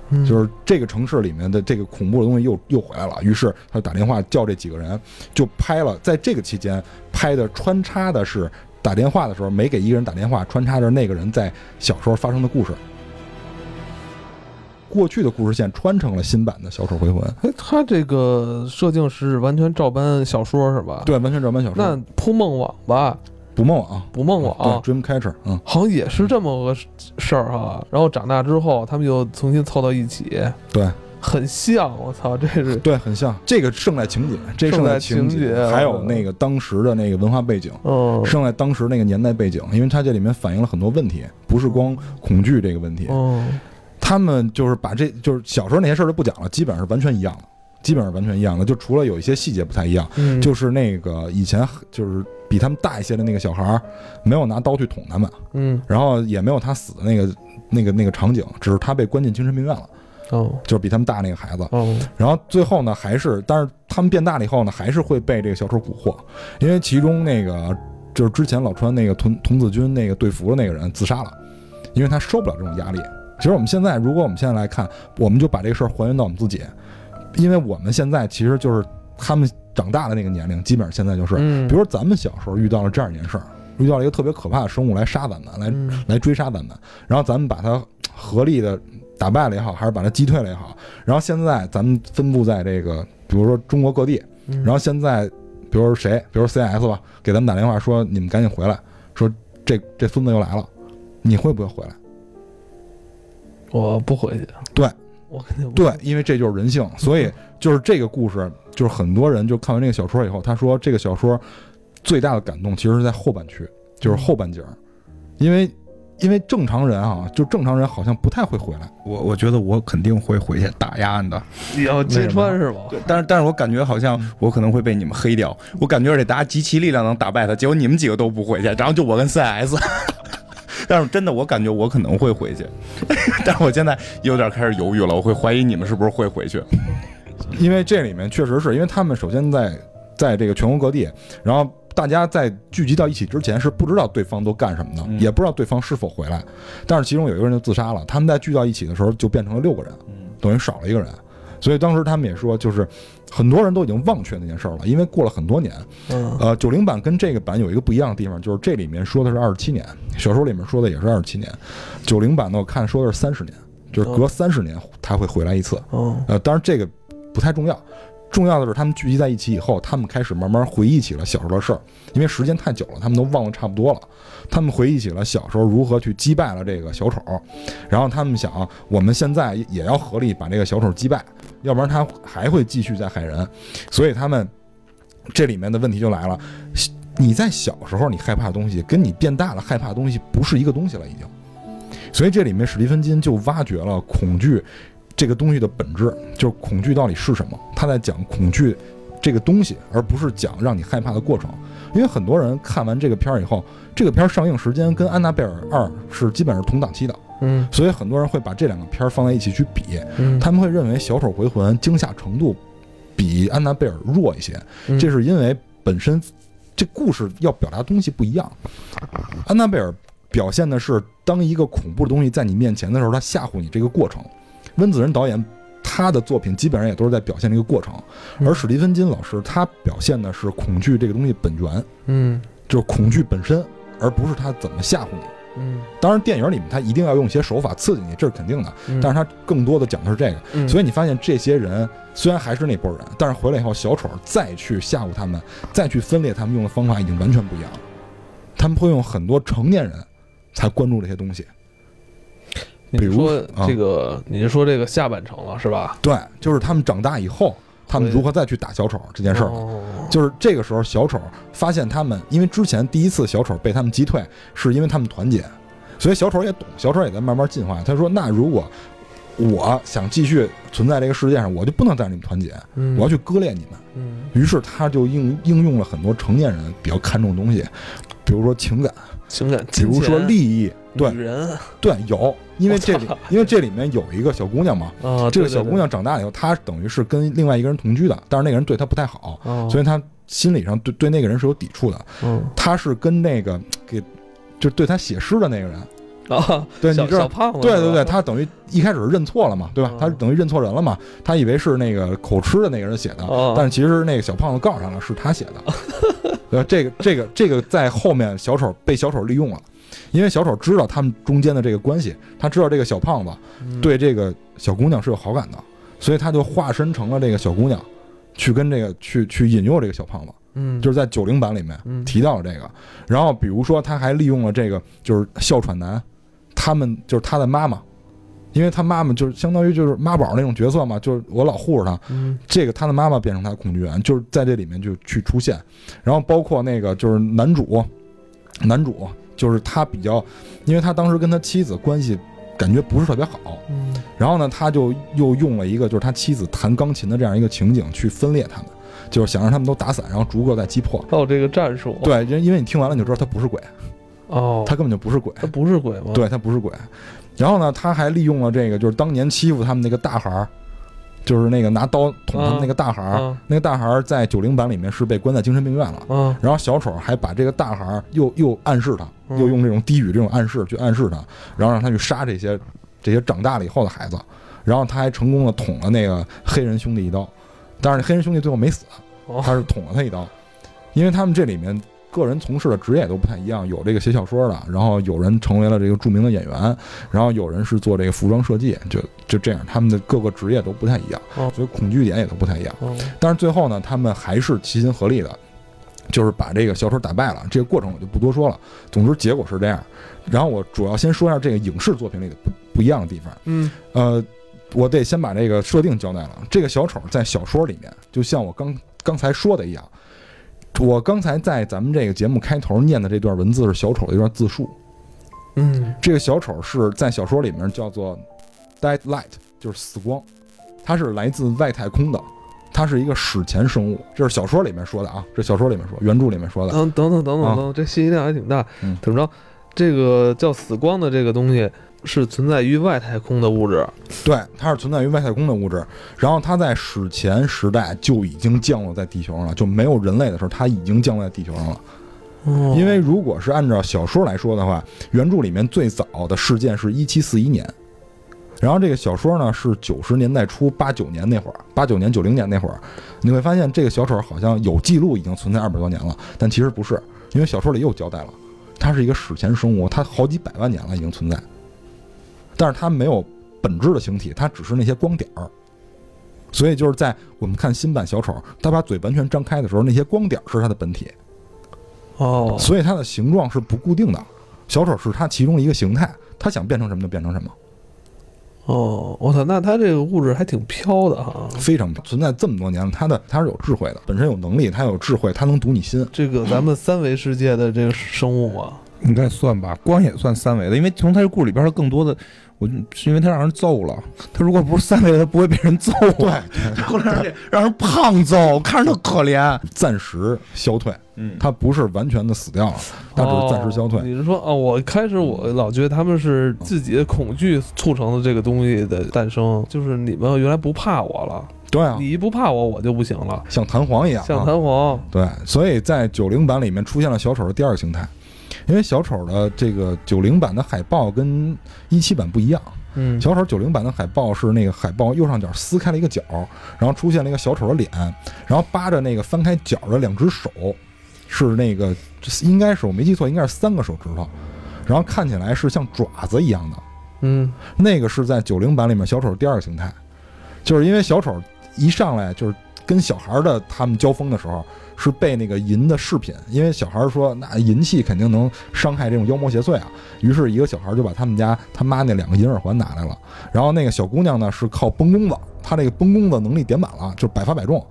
嗯，就是这个城市里面的这个恐怖的东西又又回来了。于是他打电话叫这几个人，就拍了，在这个期间拍的穿插的是打电话的时候没给一个人打电话，穿插着那个人在小时候发生的故事。过去的故事线穿成了新版的《小丑回魂》。哎，他这个设定是完全照搬小说是吧？。对，完全照搬小说。那扑梦网吧，捕梦网，捕梦啊网、对，Dreamcatcher，嗯，好像也是这么个事儿、哈。然后长大之后，他们又重新凑到一起，对很像。我操，这是对，很像。这个胜在情节，这胜在在情情节还有那个当时的那个文化背景。嗯胜在当时那个年代背景，因为它这里面反映了很多问题，不是光恐惧这个问题。嗯他们就是把这就是小时候那些事儿就不讲了，基本上是完全一样的，基本上是完全一样的，就除了有一些细节不太一样，嗯，就是那个以前就是比他们大一些的那个小孩儿，没有拿刀去捅他们，嗯然后也没有他死的那个那个那个场景，只是他被关进精神病院了，哦就是比他们大那个孩子。哦然后最后呢，还是但是他们变大了以后呢，还是会被这个小丑蛊惑，因为其中那个就是之前老川那个童童子军那个队服的那个人自杀了，因为他受不了这种压力。其实我们现在，如果我们现在来看，我们就把这个事儿还原到我们自己，因为我们现在其实就是他们长大的那个年龄，基本上现在就是，嗯，比如说咱们小时候遇到了这样一件事儿，遇到了一个特别可怕的生物来杀咱们，来嗯来追杀咱们，然后咱们把它合力的打败了也好，还是把它击退了也好，然后现在咱们分布在这个，比如说中国各地，嗯然后现在比如说谁，比如说 CS 吧，给咱们打电话说你们赶紧回来，说这这孙子又来了，你会不会回来？我不回去，对，我肯定不对，因为这就是人性，所以就是这个故事，就是很多人就看完这个小说以后，他说这个小说最大的感动其实是在后半区，就是后半截儿，因为因为正常人啊，就正常人好像不太会回来。我我觉得我肯定会回去打压你的，你要揭穿是吧？对，但是但是我感觉好像我可能会被你们黑掉，我感觉得大家集齐力量能打败他，结果你们几个都不回去，然后就我跟 CS。但是真的，我感觉我可能会回去， 但是我现在有点开始犹豫了，我会怀疑你们是不是会回去。因为这里面确实是因为他们首先在在这个全国各地，然后大家在聚集到一起之前是不知道对方都干什么的，嗯也不知道对方是否回来。但是其中有一个人就自杀了，他们在聚到一起的时候就变成了六个人，等于少了一个人。所以当时他们也说，就是很多人都已经忘却那件事儿了，因为过了很多年。嗯呃，九零版跟这个版有一个不一样的地方，就是这里面说的是二十七年，小说里面说的也是二十七年，九零版呢我看说的是三十年，就是隔三十年他会回来一次。嗯呃，当然这个不太重要，重要的是他们聚集在一起以后，他们开始慢慢回忆起了小时候的事儿，因为时间太久了，他们都忘得差不多了。他们回忆起了小时候如何去击败了这个小丑，然后他们想，我们现在也要合力把这个小丑击败，要不然他还会继续再害人。所以他们这里面的问题就来了，你在小时候你害怕的东西，跟你变大了害怕的东西不是一个东西了，已经。所以这里面史蒂芬金就挖掘了恐惧这个东西的本质，就是恐惧到底是什么。他在讲恐惧这个东西，而不是讲让你害怕的过程。因为很多人看完这个片儿以后，这个片儿上映时间跟《安娜贝尔二》是基本上是同档期的，嗯所以很多人会把这两个片儿放在一起去比，嗯，他们会认为《小丑回魂》惊吓程度比《安娜贝尔》弱一些，嗯这是因为本身这故事要表达的东西不一样。安娜贝尔表现的是当一个恐怖的东西在你面前的时候，它吓唬你这个过程。温子仁导演他的作品基本上也都是在表现这个过程，嗯而史蒂芬金老师他表现的是恐惧这个东西本源，嗯就是恐惧本身，而不是他怎么吓唬你。嗯，当然，电影里面他一定要用一些手法刺激你，这是肯定的，嗯但是他更多的讲的是这个。嗯所以你发现这些人虽然还是那波人，但是回来以后，小丑再去吓唬他们，再去分裂他们用的方法已经完全不一样了。他们会用很多成年人才关注这些东西。你比如说啊这个，你是说这个下半程了是吧？对，就是他们长大以后，他们如何再去打小丑这件事儿了。哦就是这个时候，小丑发现他们，因为之前第一次小丑被他们击退，是因为他们团结，所以小丑也懂，小丑也在慢慢进化。他说：“那如果我想继续存在这个世界上，我就不能再让你们团结，嗯我要去割裂你们。”嗯，于是他就应应用了很多成年人比较看重的东西，比如说情感，情感，比如金说钱利益，对女人啊对，有，因为这里我操因为这里面有一个小姑娘嘛，，这啊对个小姑，娘长大了以后，她等于是跟另外一个人同居的，但是那个人对她不太好，所以以她心理上对对那个人是有抵触的。哦嗯她是跟那个给就对她写诗的那个人，啊，对，小你知小道。胖子，对对对，是吧她等于一开始认错了嘛，对吧？嗯她等于认错人了嘛，她以为是那个口吃的那个人写的，哦但是其实那个小胖子告 诉他了，是他写的。呃，这个这个这个在后面小丑被小丑利用了，因为小丑知道他们中间的这个关系，他知道这个小胖子嗯，对这个小姑娘是有好感的，所以他就化身成了这个小姑娘，去跟这个去去引诱这个小胖子，嗯，就是在九零版里面嗯提到了这个。然后比如说他还利用了这个就是哮喘男，他们就是他的妈妈，因为他妈妈就是相当于就是妈宝那种角色嘛，就是我老护着他，嗯这个他的妈妈变成他的恐惧源，就是在这里面就去出现，然后包括那个就是男主，男主就是他比较，因为他当时跟他妻子关系感觉不是特别好，嗯然后呢他就又用了一个就是他妻子弹钢琴的这样一个情景去分裂他们，就是想让他们都打散，然后逐个再击破。哦，这个战术，对，因因为你听完了你就知道他不是鬼，哦，他根本就不是鬼，他不是鬼吗？，对他不是鬼。然后呢，他还利用了这个，就是当年欺负他们那个大孩儿，就是那个拿刀捅他们那个大孩儿，啊那个大孩儿在九零版里面是被关在精神病院了。啊，然后小丑还把这个大孩儿又又暗示他，嗯又用这种低语这种暗示去暗示他，然后让他去杀这些这些长大了以后的孩子。然后他还成功的捅了那个黑人兄弟一刀，但是黑人兄弟最后没死，哦他是捅了他一刀，因为他们这里面个人从事的职业都不太一样，有这个写小说的，然后有人成为了这个著名的演员，然后有人是做这个服装设计，就就这样，他们的各个职业都不太一样哦，所以恐惧点也都不太一样。哦但是最后呢，他们还是齐心合力的，就是把这个小丑打败了。这个过程我就不多说了，总之结果是这样。然后我主要先说一下这个影视作品里的不不一样的地方。嗯呃，我得先把这个设定交代了。这个小丑在小说里面，就像我刚刚才说的一样，我刚才在咱们这个节目开头念的这段文字是小丑的一段自述。嗯这个小丑是在小说里面叫做 Dead Light，就是死光，它是来自外太空的，它是一个史前生物，这是小说里面说的啊，这小说里面说，原著里面说的，等等等等啊等等，这信息量还挺大嗯。怎么着？这个叫死光的这个东西是存在于外太空的物质。对，它是存在于外太空的物质，然后它在史前时代就已经降落在地球上了，就没有人类的时候，它已经降落在地球上了。哦因为如果是按照小说来说的话，原著里面最早的事件是一七四一年，然后这个小说呢是九十年代初八九年那会儿，八九年九零年那会儿，你会发现这个小丑好像有记录已经存在二百多年了，但其实不是，因为小说里又交代了，它是一个史前生物，它好几百万年了已经存在，但是它没有本质的形体，它只是那些光点儿。所以就是在我们看新版小丑，他把嘴完全张开的时候，那些光点儿是他的本体，哦，所以它的形状是不固定的。小丑是它其中一个形态，它想变成什么就变成什么，哦，我操，那它这个物质还挺飘的哈。非常存在这么多年了，它的它是有智慧的，本身有能力，它有智慧，它能读你心。这个咱们三维世界的这个生物啊，应该算吧，光也算三维的，因为从他这故事里边，他更多的，我是因为他让人揍了，他如果不是三维的，他不会被人揍，对，后来让人让人胖揍，看着特可怜。暂时消退，嗯，它不是完全的死掉了，它只是暂时消退。嗯哦你是说哦？我开始我老觉得他们是自己的恐惧促成的这个东西的诞生，就是你们原来不怕我了，对啊，你一不怕我，我就不行了。像弹簧一样、啊，像弹簧，对，所以在九零版里面出现了小丑的第二个形态，因为小丑的这个九零版的海报跟一七版不一样，嗯小丑九零版的海报是那个海报右上角撕开了一个角，然后出现了一个小丑的脸，然后扒着那个翻开角的两只手，是那个应该是我没记错，应该是三个手指头，然后看起来是像爪子一样的，嗯那个是在九零版里面小丑第二个形态，就是因为小丑一上来就是跟小孩儿的他们交锋的时候，是被那个银的饰品，因为小孩儿说那银器肯定能伤害这种妖魔邪祟啊，于是一个小孩儿就把他们家他妈那两个银耳环拿来了，然后那个小姑娘呢是靠崩弓子，她这个崩弓子能力点满了，就是百发百中。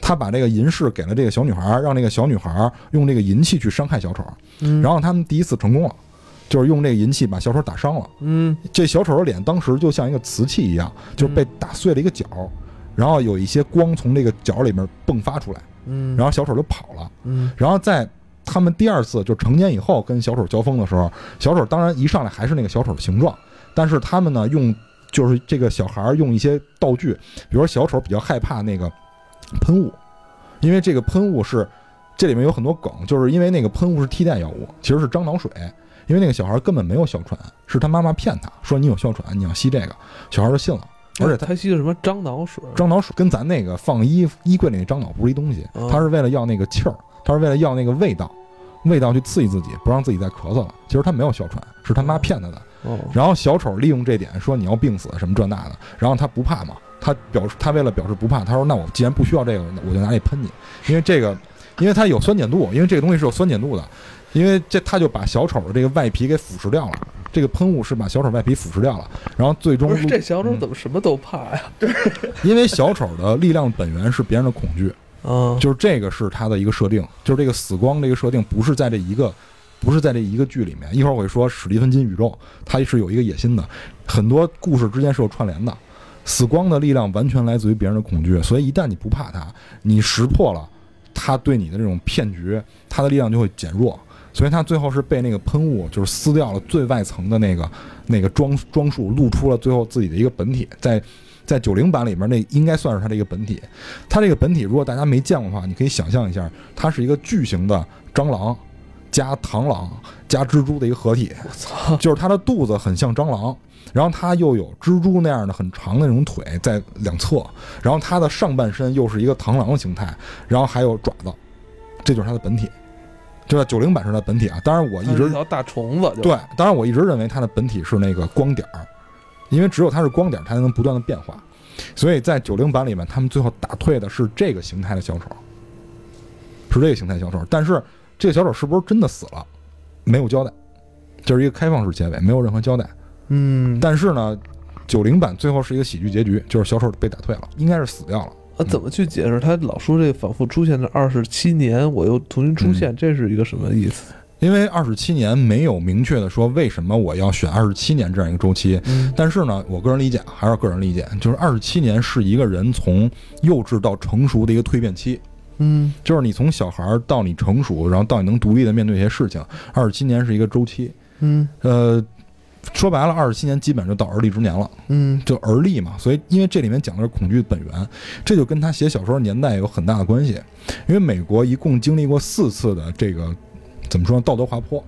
她把这个银饰给了这个小女孩儿，让这个小女孩儿用这个银器去伤害小丑，嗯，然后后他们第一次成功了，就是用这个银器把小丑打伤了。嗯这小丑的脸当时就像一个瓷器一样，就是被打碎了一个角，然后有一些光从这个角里面迸发出来，嗯，然后小丑就跑了。嗯然后在他们第二次就成年以后跟小丑交锋的时候，小丑当然一上来还是那个小丑的形状，但是他们呢用就是这个小孩儿用一些道具，比如说小丑比较害怕那个喷雾，因为这个喷雾是这里面有很多梗，就是因为那个喷雾是替代药物，其实是樟脑水。因为那个小孩儿根本没有哮喘，是他妈妈骗他说你有哮喘，你要吸这个，小孩儿就信了。而且他他吸的什么樟脑水？樟脑水跟咱那个放衣衣柜里那樟脑不是一东西哦，它是为了要那个气儿，它是为了要那个味道，味道去刺激自己，不让自己再咳嗽了。其实他没有哮喘，是他妈骗他的。哦，然后小丑利用这点说你要病死什么这那的，然后他不怕嘛，他表示他为了表示不怕，他说那我既然不需要这个，那我就拿这喷你，因为这个，因为它有酸碱度，因为这个东西是有酸碱度的，因为这他就把小丑的这个外皮给腐蚀掉了，这个喷雾是把小丑外皮腐蚀掉了，然后最终不是这小嗯丑怎么什么都怕呀？因为小丑的力量本源是别人的恐惧，嗯，就是这个是它的一个设定，就是这个死光这个设定不是在这一个，不是在这一个剧里面。一会儿我会说史蒂芬金宇宙，它是有一个野心的，很多故事之间是有串联的。死光的力量完全来自于别人的恐惧，所以一旦你不怕它，你识破了它对你的这种骗局，它的力量就会减弱。所以它最后是被那个喷雾就是撕掉了最外层的那个那个装装束，露出了最后自己的一个本体。在在九零版里面，那应该算是它的一个本体。它这个本体，如果大家没见过的话，你可以想象一下，它是一个巨型的蟑螂加螳螂加蜘蛛的一个合体，我操，就是它的肚子很像蟑螂，然后它又有蜘蛛那样的很长的那种腿在两侧，然后它的上半身又是一个螳螂的形态，然后还有爪子，这就是它的本体。对吧？九零版是它的本体啊，当然我一它是直一条大虫子，就，对，当然我一直认为它的本体是那个光点儿，因为只有它是光点儿，它才能不断的变化。所以在九零版里面，他们最后打退的是这个形态的小丑，是这个形态小丑。但是这个小丑是不是真的死了，没有交代，就是一个开放式结尾，没有任何交代。嗯，但是呢，九零版最后是一个喜剧结局，就是小丑被打退了，应该是死掉了。啊，怎么去解释他老说这反复出现的二十七年，我又重新嗯出现，这是一个什么意思？因为二十七年没有明确的说为什么我要选二十七年这样一个周期，嗯，但是呢，我个人理解还是个人理解，就是二十七年是一个人从幼稚到成熟的一个蜕变期，嗯，就是你从小孩儿到你成熟，然后到你能独立的面对一些事情，二十七年是一个周期。嗯，呃，说白了，二十七年基本就到而立之年了，嗯，就而立嘛。所以，因为这里面讲的是恐惧本源，这就跟他写小说的年代有很大的关系。因为美国一共经历过四次的这个怎么说呢，道德滑坡。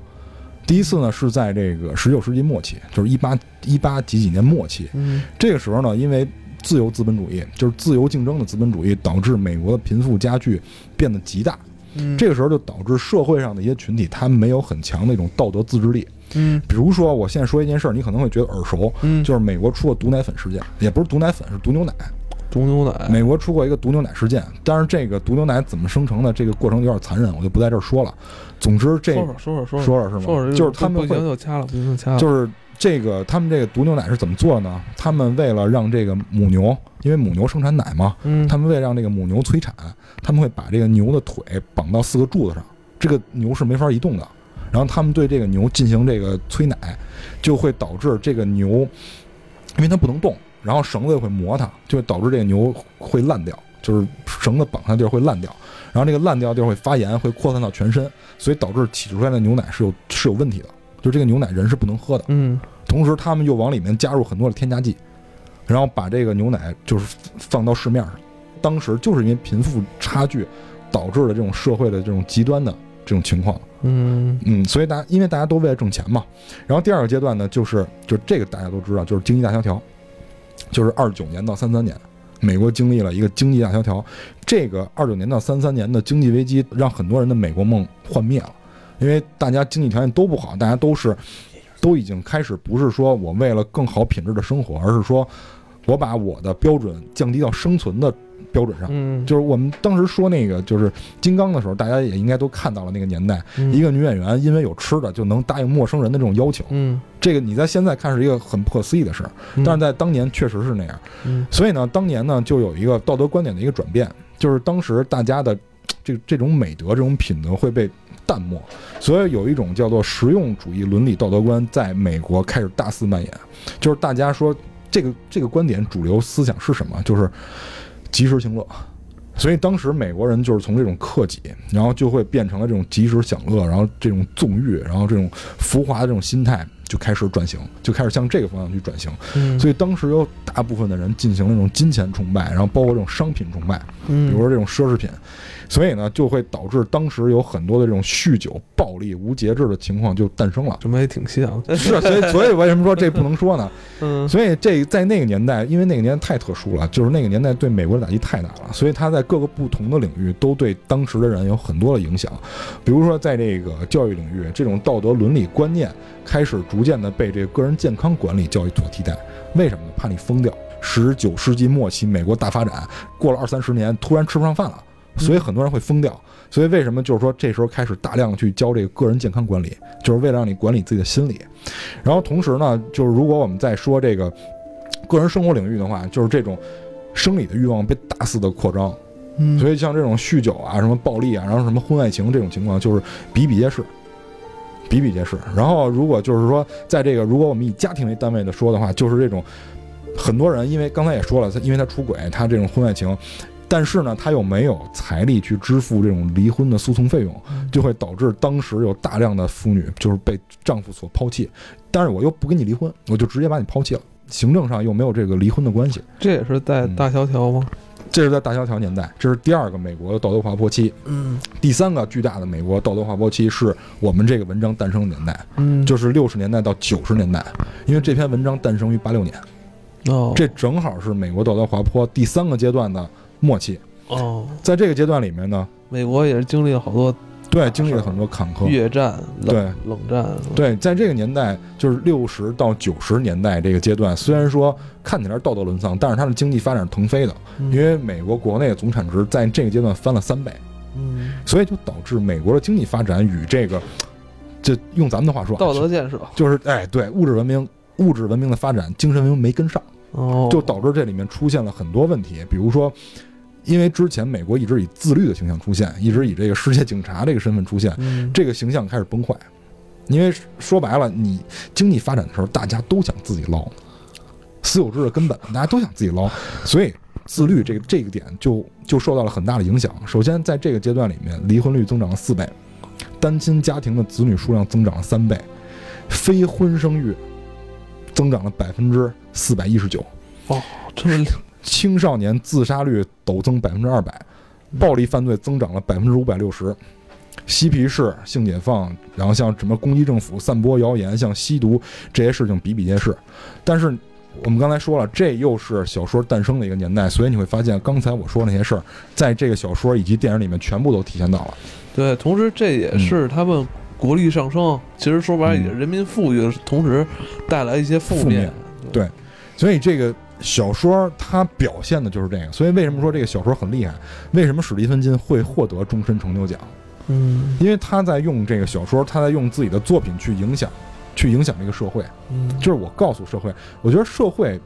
第一次呢是在这个十九世纪末期，就是一八一八几几年末期，嗯，这个时候呢，因为自由资本主义就是自由竞争的资本主义，导致美国的贫富加剧变得极大。嗯，这个时候就导致社会上的一些群体，他没有很强的一种道德自制力。嗯，比如说，我现在说一件事儿，你可能会觉得耳熟，嗯，就是美国出过毒奶粉事件，也不是毒奶粉，是毒牛奶。毒牛奶，美国出过一个毒牛奶事件，但是这个毒牛奶怎么生成的，这个过程有点残忍，我就不在这儿说了。总之，这说说说说说了是吗？说说，就是他们不会行就掐了，不行就掐了，就是这个他们这个毒牛奶是怎么做的呢？他们为了让这个母牛，因为母牛生产奶嘛，嗯，他们为了让这个母牛催产，他们会把这个牛的腿绑到四个柱子上，这个牛是没法移动的。然后他们对这个牛进行这个催奶，就会导致这个牛，因为它不能动，然后绳子会磨它，就会导致这个牛会烂掉，就是绳子绑它地儿会烂掉，然后这个烂掉地儿会发炎，会扩散到全身，所以导致挤出来的牛奶是有是有问题的，就这个牛奶人是不能喝的。嗯，同时他们又往里面加入很多的添加剂，然后把这个牛奶就是放到市面上。当时就是因为贫富差距导致的这种社会的这种极端的这种情况，嗯，嗯，所以大家因为大家都为了挣钱嘛。然后第二个阶段呢，就是就这个大家都知道，就是经济大萧条，就是二九年到三三年，美国经历了一个经济大萧条。这个二九年到三三年的经济危机，让很多人的美国梦幻灭了，因为大家经济条件都不好，大家都是都已经开始不是说我为了更好品质的生活，而是说我把我的标准降低到生存的标准上。嗯，就是我们当时说那个就是金刚的时候，大家也应该都看到了那个年代，一个个，女演员因为有吃的就能答应陌生人的这种要求，嗯，这个你在现在看是一个很不可思议的事儿，嗯但是，在当年确实是那样。嗯所以呢，当年呢就有一个道德观点的一个转变，就是当时大家的这这种美德、这种品德会被淡漠，所以有一种叫做实用主义伦理道德观在美国开始大肆蔓延，就是大家说这个这个观点主流思想是什么？就是及时行乐。所以当时美国人就是从这种克己，然后就会变成了这种及时享乐，然后这种纵欲，然后这种浮华的这种心态，就开始转型，就开始向这个方向去转型。嗯，所以以当时有大部分的人进行了那种金钱崇拜，然后包括这种商品崇拜，比比。如说这种奢侈品，所以呢，就会导致当时有很多的这种酗酒、暴力、无节制的情况就诞生了什么也挺像，是，啊所以所以为什么说这不能说呢？嗯所以这在那个年代，因为那个年代太特殊了，就是那个年代对美国的打击太大了，所以它在各个不同的领域都对当时的人有很多的影响。比如说，在这个教育领域，这种道德伦理观念开始逐渐的被这个个人健康管理教育所替代。为什么呢？怕你疯掉。十九世纪末期，美国大发展，过了二三十年，突然吃不上饭了，所以很多人会疯掉。所以为什么就是说这时候开始大量地去教这个个人健康管理，就是为了让你管理自己的心理。然后同时呢，就是如果我们再说这个个人生活领域的话，就是这种生理的欲望被大肆的扩张，嗯所以像这种酗酒啊、什么暴力啊，然后什么婚外情这种情况，就是比比皆是，比比皆是。然后如果就是说，在这个如果我们以家庭为单位的说的话，就是这种很多人因为刚才也说了，他因为他出轨，他这种婚外情。但是呢，他又没有财力去支付这种离婚的诉讼费用，就会导致当时有大量的妇女就是被丈夫所抛弃。但是我又不跟你离婚，我就直接把你抛弃了，行政上又没有这个离婚的关系。这也是在嗯大萧条吗？这是在大萧条年代，这是第二个美国的道德滑坡期。嗯第三个巨大的美国道德滑坡期是我们这个文章诞生的年代，嗯，就是六十年代到九十年代，因为这篇文章诞生于八六年，哦这正好是美国道德滑坡第三个阶段的末期。哦，在这个阶段里面呢，美国也是经历了好多对经历了很多坎坷，越战、冷冷战，哦对，在这个年代，就是六十到九十年代这个阶段，虽然说看起来是道德沦丧，但是它的经济发展是腾飞的，嗯因为美国国内的总产值在这个阶段翻了三倍，嗯，所以就导致美国的经济发展与这个，这用咱们的话说啊，道德建设就是哎，对物质文明。物质文明的发展，精神文明没跟上，哦，就导致这里面出现了很多问题。比如说，因为之前美国一直以自律的形象出现，一直以这个世界警察这个身份出现，嗯这个形象开始崩坏。因为说白了，你经济发展的时候，大家都想自己捞，私有制的根本，大家都想自己捞，所以自律这个这个点就就受到了很大的影响。首先，在这个阶段里面，离婚率增长了四倍，单亲家庭的子女数量增长了三倍，非婚生育增长了百分之四百一十九，这么青少年自杀率陡增百分之二百，暴力犯罪增长了百分之五百六十。嬉皮士、性解放，然后像什么攻击政府、散播谣言、像吸毒这些事情比比皆是。但是我们刚才说了，这又是小说诞生的一个年代，所以你会发现刚才我说那些事儿，在这个小说以及电影里面全部都体现到了。对，同时这嗯也是他们国力上升，其实说白了也是人民富裕，同时带来一些负负面对，所以这个小说它表现的就是这个。所以为什么说这个小说很厉害？为什么史蒂芬金会获得终身成就奖？嗯因为他在用这个小说，他在用自己的作品去影响，去影响这个社会。嗯，就是我告诉社会，我觉得社会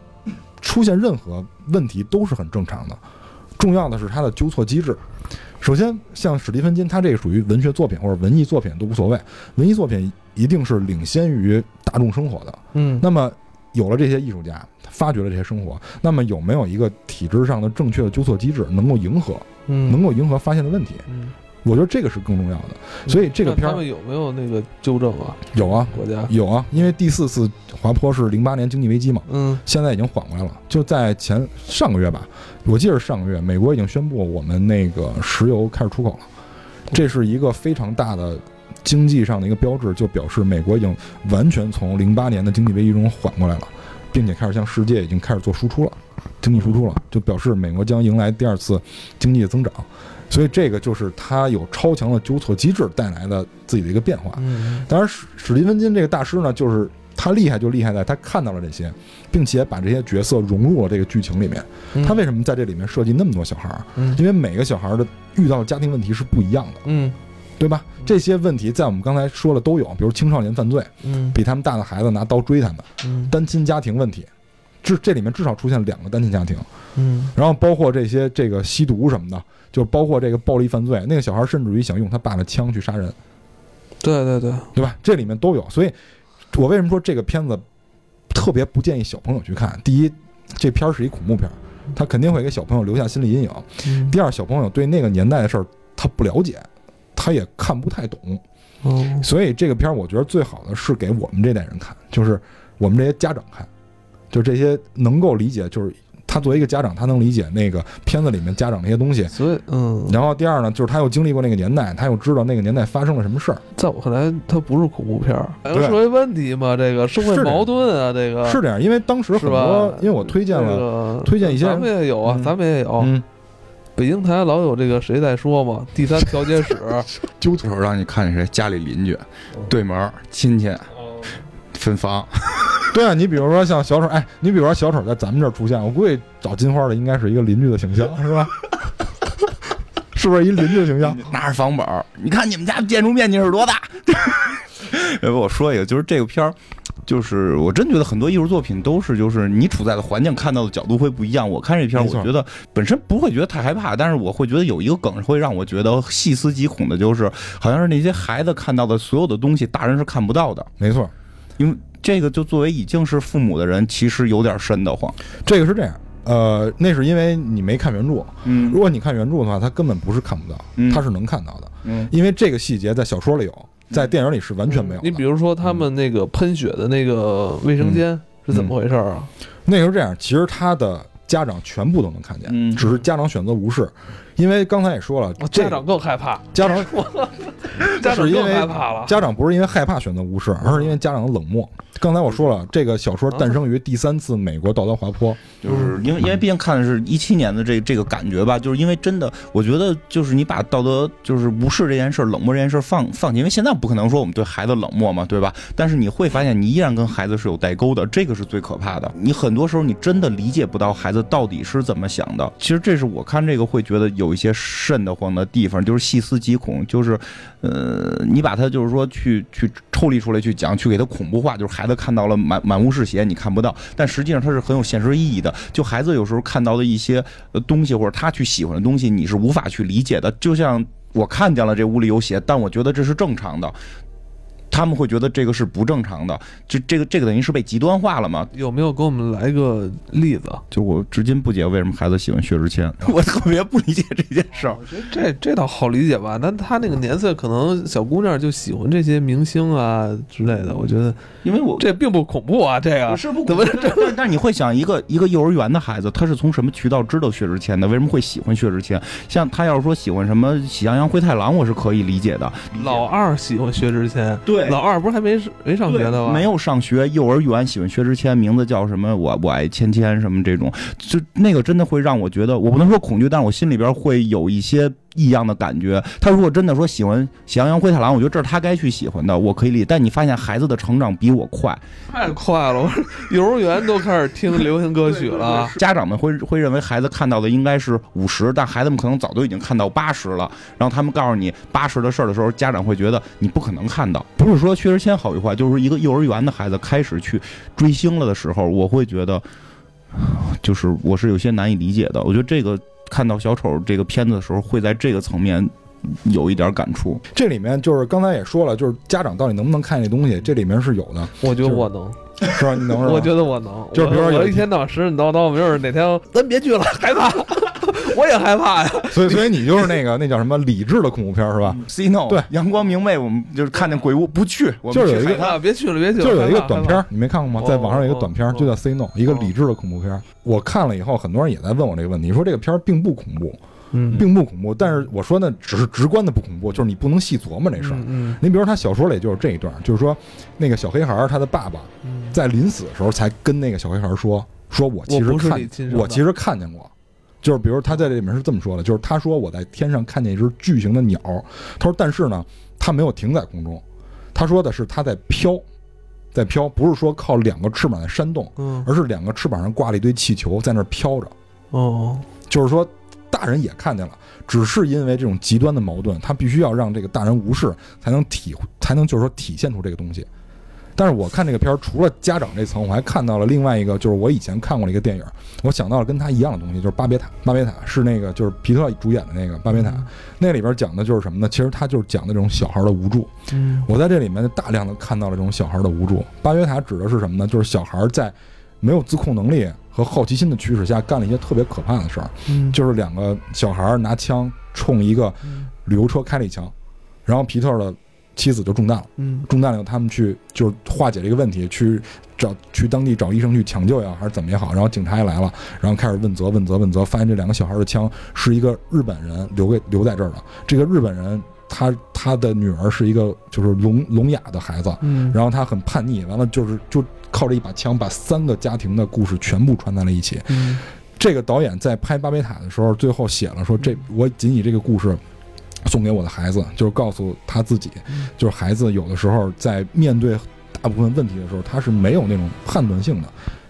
出现任何问题都是很正常的，重要的是它的纠错机制。首先，像史蒂芬金，他这个属于文学作品或者文艺作品都无所谓，文艺作品一定是领先于大众生活的。嗯那么有了这些艺术家，发掘了这些生活，那么有没有一个体制上的正确的纠错机制，能够迎合，嗯能够迎合发现的问题？嗯我觉得这个是更重要的。所以这个那片他儿们有没有那个纠正啊？有啊，国家有啊，因为第四次滑坡是零八年经济危机嘛，嗯现在已经缓过来了。就在前上个月吧，我记得是上个月，美国已经宣布我们那个石油开始出口了，这是一个非常大的经济上的一个标志，就表示美国已经完全从零八年的经济危机中缓过来了，并且开始向世界已经开始做输出了，经济输出了，就表示美国将迎来第二次经济的增长。所以这个就是它有超强的纠错机制带来的自己的一个变化。嗯当然，史史蒂芬金这个大师呢，就是他厉害就厉害在他看到了这些，并且把这些角色融入了这个剧情里面。嗯，他为什么在这里面设计那么多小孩儿？嗯因为每个小孩儿的遇到的家庭问题是不一样的，嗯对吧？这些问题在我们刚才说了都有，比如青少年犯罪，嗯比他们大的孩子拿刀追他们，嗯单亲家庭问题，这这里面至少出现两个单亲家庭，嗯然后包括这些这个吸毒什么的，就包括这个暴力犯罪，那个小孩儿甚至于想用他爸的枪去杀人。对对对，对吧？这里面都有，所以我为什么说这个片子特别不建议小朋友去看？第一，这片儿是一恐怖片儿，它肯定会给小朋友留下心理阴影；嗯第二，小朋友对那个年代的事儿他不了解，他也看不太懂，嗯所以这个片儿，我觉得最好的是给我们这代人看，就是我们这些家长看，就这些能够理解，就是他作为一个家长，他能理解那个片子里面家长那些东西。所以嗯，然后第二呢，就是他又经历过那个年代，他又知道那个年代发生了什么事儿。在我看来，它不是恐怖片儿，还有对社会问题嘛，这个社会是的矛盾啊，这个是这样，因为当时是很多吧，因为我推荐这了，个推荐一些咱们也有啊，嗯咱们也有。嗯，北京台老有这个谁在说嘛，第三调解 室， 揪头让你看见谁家里邻居、对门亲戚分房，对啊，你比如说像小丑，哎，你比如说小丑在咱们这儿出现，我估计找金花的应该是一个邻居的形象，是吧？ 是不是一邻居的形象？拿着房本儿，你看你们家建筑面积是多大？要哎不我说一个，就是这个片儿，就是我真觉得很多艺术作品都是，就是你处在的环境看到的角度会不一样。我看这片儿，没错我觉得本身不会觉得太害怕，但是我会觉得有一个梗会让我觉得细思极恐的，就是好像是那些孩子看到的所有的东西，大人是看不到的。没错，因为这个就作为已经是父母的人，其实有点瘆得慌。这个是这样。呃，那是因为你没看原著，嗯如果你看原著的话，它根本不是看不到，嗯它是能看到的，嗯因为这个细节在小说里有，在电影里是完全没有的。嗯嗯你比如说他们那个喷血的那个卫生间是怎么回事儿啊？那时候这样，其实他的家长全部都能看见，嗯只是家长选择无视，因为刚才也说了，哦这家个长更害怕，家长家长因更为害怕了。家长不是因为害怕选择无视，而嗯是因为家长的冷漠。刚才我说了，这个小说诞生于第三次美国道德滑坡，就是嗯因为因为毕竟看的是一七年的这这个感觉吧，就是因为真的，我觉得就是你把道德就是无视这件事儿、冷漠这件事儿放放弃，因为现在不可能说我们对孩子冷漠嘛，对吧？但是你会发现，你依然跟孩子是有代沟的，这个是最可怕的。你很多时候你真的理解不到孩子到底是怎么想的。其实这是我看这个会觉得有一些瘆得慌的地方，就是细思极恐，就是呃，你把它就是说去去抽离出来去讲，去给它恐怖化，就是孩子看到了满满屋是血，你看不到，但实际上它是很有现实意义的。就孩子有时候看到的一些呃东西，或者他去喜欢的东西，你是无法去理解的。就像我看见了这屋里有血，但我觉得这是正常的。他们会觉得这个是不正常的，就这个这个等于是被极端化了嘛？有没有给我们来个例子？就我至今不解为什么孩子喜欢薛之谦，我特别不理解这件事 儿。这这倒好理解吧？但他那个年岁，可能小姑娘就喜欢这些明星啊之类的。我觉得因为我这并不恐怖啊，这不个是不怎么这？但但是你会想，一个一个幼儿园的孩子，他是从什么渠道知道薛之谦的？为什么会喜欢薛之谦？像他要是说喜欢什么喜羊羊、灰太狼，我是可以理解的。老二喜欢薛之谦，对老二不是还没没上学呢吗？没有上学，幼儿园喜欢薛之谦，名字叫什么？我我爱芊芊什么这种，就那个真的会让我觉得，我不能说恐惧，但是我心里边会有一些异样的感觉。他如果真的说喜欢喜羊羊灰太狼，我觉得这是他该去喜欢的，我可以理解。但你发现孩子的成长比我快，太快了，我说幼儿园都开始听流行歌曲了。家长们会会认为孩子看到的应该是五十，但孩子们可能早都已经看到八十了。然后他们告诉你八十的事儿的时候，家长会觉得你不可能看到。不是说薛之谦好与坏，就是一个幼儿园的孩子开始去追星了的时候，我会觉得，就是我是有些难以理解的。我觉得这个看到小丑这个片子的时候，会在这个层面有一点感触。这里面就是刚才也说了，就是家长到底能不能看这东西，这里面是有 的，我觉得我能，是吧？你能是吧我觉得我能，就是比如说有我我一天到晚神神叨叨，没准儿哪天咱别去了，害怕，我也害怕呀。所以所以你就是那个那叫什么理智的恐怖片是嗯吧？ C no，对阳光明媚，我们就是看见鬼屋不去，我就们是去有一个海滩啊，别去了，别去了。就是有一个害怕短片，，你没看过吗？哦在网上有一个短哦片，哦就叫《Say No》，一个哦理智的恐怖片。我看了以后，很多人也在问我这个问题，说这个片儿并不恐怖，嗯，并不恐怖。但是我说呢，只是直观的不恐怖，就是你不能细琢磨这事儿。嗯你比如他小说里就有这一段，就是说那个小黑孩儿他的爸爸嗯，在临死的时候才跟那个小黑孩儿说：“说我其实我不是看你亲生我的其实看见过。”就是比如他在这里面是这么说的，就是他说我在天上看见一只巨型的鸟，他说但是呢，它没有停在空中，他说的是它在飘，在飘，不是说靠两个翅膀在扇动，嗯，而是两个翅膀上挂了一堆气球在那儿飘着。哦，就是说，大人也看见了，只是因为这种极端的矛盾，他必须要让这个大人无视，才能体才能就是说体现出这个东西。但是我看这个片儿，除了家长这层，我还看到了另外一个，就是我以前看过的一个电影，我想到了跟他一样的东西，就是《巴别塔》。巴别塔是那个就是皮特主演的那个《巴别塔》，那里边讲的就是什么呢？其实他就是讲的这种小孩的无助。嗯，我在这里面大量的看到了这种小孩的无助。巴别塔指的是什么呢？就是小孩在没有自控能力和好奇心的驱使下，干了一些特别可怕的事儿。嗯，就是两个小孩儿拿枪冲一个旅游车开了一枪，然后皮特的妻子就中弹了。嗯中弹了以后，他们去就是化解这个问题，去找去当地找医生去抢救也好，还是怎么也好。然后警察也来了，然后开始问责问责问责，发现这两个小孩的枪是一个日本人留给留在这儿的。这个日本人他他的女儿是一个就是聋聋哑的孩子，嗯，然后他很叛逆，完了就是就靠着一把枪把三个家庭的故事全部串在了一起。嗯这个导演在拍《巴别塔》的时候，最后写了说：“嗯这我仅以这个故事送给我的孩子，就是告诉他自己嗯，就是孩子有的时候在面对大部分问题的时候，他是没有那种判断性的，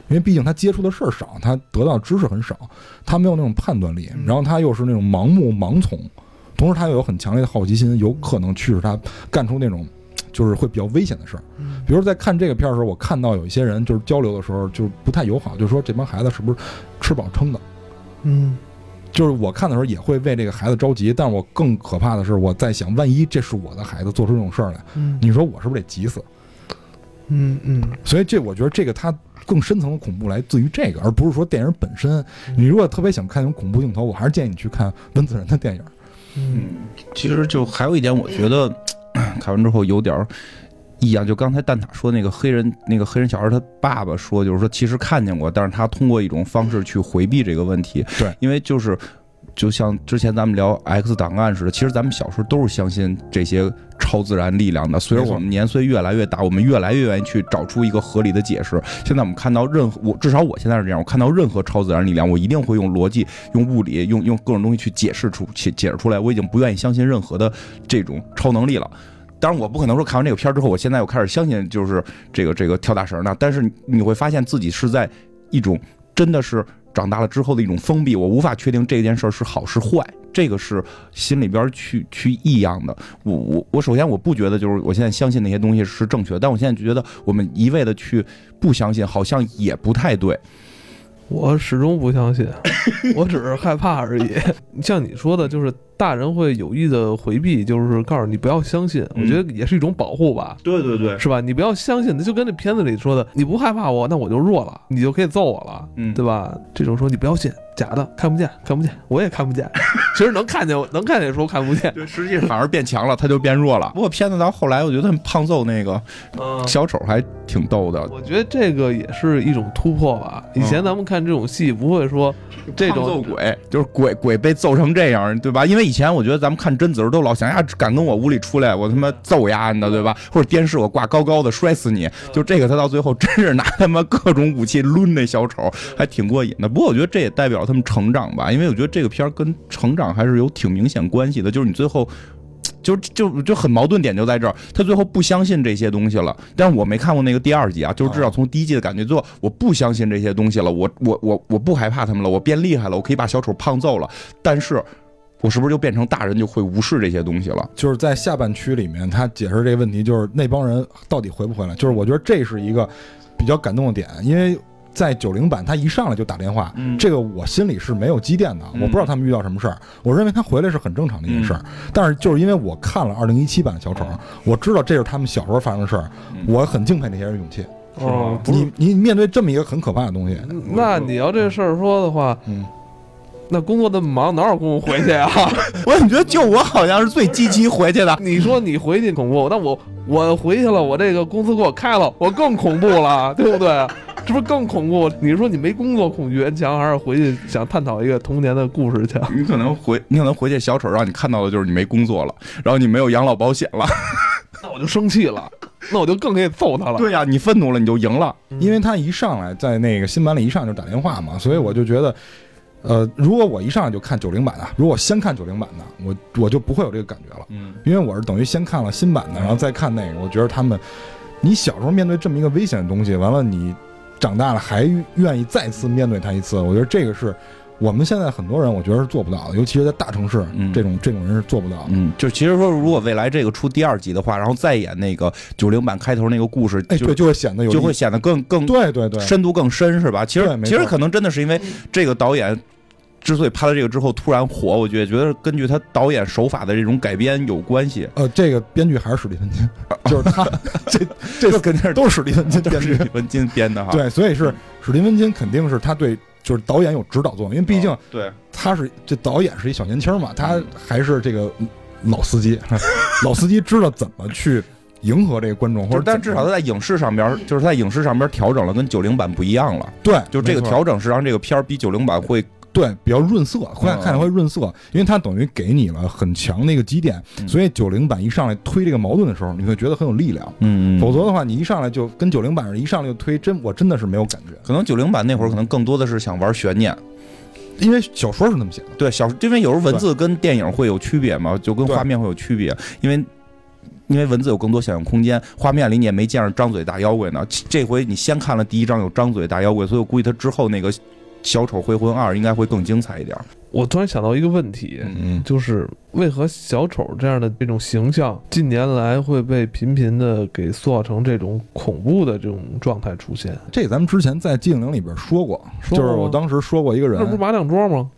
因为毕竟他接触的事儿少，他得到知识很少，他没有那种判断力，嗯然后他又是那种盲目盲从，同时他又有很强烈的好奇心，有可能驱使他干出那种就是会比较危险的事儿。”嗯比如在看这个片儿的时候，我看到有一些人就是交流的时候就是不太友好，就说这帮孩子是不是吃饱撑的？嗯就是我看的时候也会为这个孩子着急，但我更可怕的是我在想，万一这是我的孩子做出这种事儿来，嗯你说我是不是得急死？嗯嗯所以这我觉得这个它更深层的恐怖来自于这个，而不是说电影本身。你如果特别想看那种恐怖镜头，我还是建议你去看温子仁的电影。嗯其实就还有一点，我觉得看完之后有点儿异样。就刚才蛋挞说那个黑人，那个黑人小孩他爸爸说，就是说其实看见过，但是他通过一种方式去回避这个问题。对，因为就是。就像之前咱们聊 X 档案似的，其实咱们小时候都是相信这些超自然力量的。随着没错我们年岁越来越大，我们越来越愿意去找出一个合理的解释。现在我们看到任何，我至少我现在是这样，我看到任何超自然力量，我一定会用逻辑用物理、用用各种东西去解释出、解解释出来。我已经不愿意相信任何的这种超能力了。当然，我不可能说看完这个片儿之后，我现在又开始相信就是这个这个跳大神儿呢。但是你你会发现自己是在一种真的是长大了之后的一种封闭，我无法确定这件事儿是好是坏，这个是心里边儿去去异样的。我我我首先我不觉得就是我现在相信那些东西是正确的，但我现在觉得我们一味的去不相信，好像也不太对。我始终不相信， 我只是害怕而已。 像你说的，就是大人会有意的回避，就是告诉你不要相信。我嗯觉得也是一种保护吧，对对对，是吧？你不要相信，就跟这片子里说的，你不害怕我，那我就弱了，你就可以揍我了，嗯对吧？这种说你不要信，假的，看不见，看不见，我也看不见。 其实能看见，能看见说看 不见。对，实际反而变强了，他就变弱了。不过片子到后来，我觉得胖揍那个嗯小丑还挺逗的。我觉得这个也是一种突破吧。以前咱们看这种戏，不会说这胖种揍鬼就是鬼鬼被揍成这样，对吧？因为以前我觉得咱们看贞子儿都老想呀，敢跟我屋里出来，我他妈揍丫的，对吧？或者电视我挂高高的摔死你。就这个，他到最后真是拿他妈各种武器抡那小丑，还挺过瘾的。不过我觉得这也代表他们成长吧，因为我觉得这个片儿跟成长还是有挺明显关系的，就是你最后。就就就很矛盾点就在这儿，他最后不相信这些东西了。但是我没看过那个第二集啊，就是至少从第一季的感觉最后，我不相信这些东西了，我我我我不害怕他们了，我变厉害了，我可以把小丑胖揍了。但是，我是不是就变成大人就会无视这些东西了？就是在下半区里面，他解释这个问题，就是那帮人到底回不回来？就是我觉得这是一个比较感动的点，因为在九零版他一上来就打电话，嗯这个我心里是没有积淀的，嗯我不知道他们遇到什么事儿，我认为他回来是很正常的一件事儿。但是就是因为我看了二零一七版的小丑嗯，我知道这是他们小时候发生的事儿，嗯我很敬佩那些人勇气。哦，不是你你面对这么一个很可怕的东西， 那你要这事儿说的话，嗯，那工作那么忙，哪有功夫回去啊？ 我怎么觉得就我好像是最积极回去的？你说你回去恐怖，那我我回去了，我这个公司给我开了，我更恐怖了， 对不对？这不是更恐怖？你说你没工作恐惧源强，还是回去想探讨一个童年的故事强？你可能回，你可能回去，小丑让你看到的就是你没工作了，然后你没有养老保险了。 那我就生气了，那我就更可以揍他了。对呀、你愤怒了，你就赢了。因为他一上来在那个新版里一上来就打电话嘛，所以我就觉得，呃，如果我一上来就看九零版的，如果先看九零版的，我我就不会有这个感觉了，嗯，因为我是等于先看了新版的，然后再看那个，我觉得他们，你小时候面对这么一个危险的东西，完了你长大了还愿意再次面对它一次，我觉得这个是我们现在很多人我觉得是做不到的，尤其是在大城市嗯这种这种人是做不到的。嗯，就其实说，如果未来这个出第二集的话，然后再演那个九零版开头那个故事，哎，就对，就会显得有就会意显得更更对对对，深度更深，是吧？其对实没其错实可能真的是因为这个导演。之所以拍了这个之后突然火，我觉得觉得根据他导演手法的这种改编有 关系，呃，这个编剧还是史蒂芬金，就是他，这就这肯定是都是史蒂芬金编剧是。文金编的哈。对，所以嗯是史蒂芬金肯定是他对就是导哦演有指导作用，因为毕竟对嗯他是这导演是一小年轻嘛，他还是这个老司 机，老司机知道怎么去迎合这个观众，或者就是但至少怎他么在影视上边，就是在影视上边调整了，跟九零版不一样了。对，就这个没错调整是让这个片儿比九零版会对，比较润色，哦看看着会润色，因为它等于给你了很强的一个基点，嗯所以九零版一上来推这个矛盾的时候，你会觉得很有力量。嗯否则的话，你一上来就跟九零版一上来就推，真我真的是没有感觉，可能九零版那会儿可能更多的是想玩悬念，因为小说是那么写的。对小，因为有时候文字跟电影会有区别嘛，就跟对画面会有区别，因为。因为文字有更多想象空间，画面里你也没见着张嘴大妖怪呢。这这回你先看了第一章有张嘴大妖怪，所以我估计他之后那个《小丑回魂二》应该会更精彩一点。我突然想到一个问题，嗯，就是为何小丑这样的这种形象，近年来会被频频的给塑造成这种恐怖的这种状态出现？这咱们之前在寂静岭里边说过，说过就是我吗当时说过一个人那不，是麻将桌吗？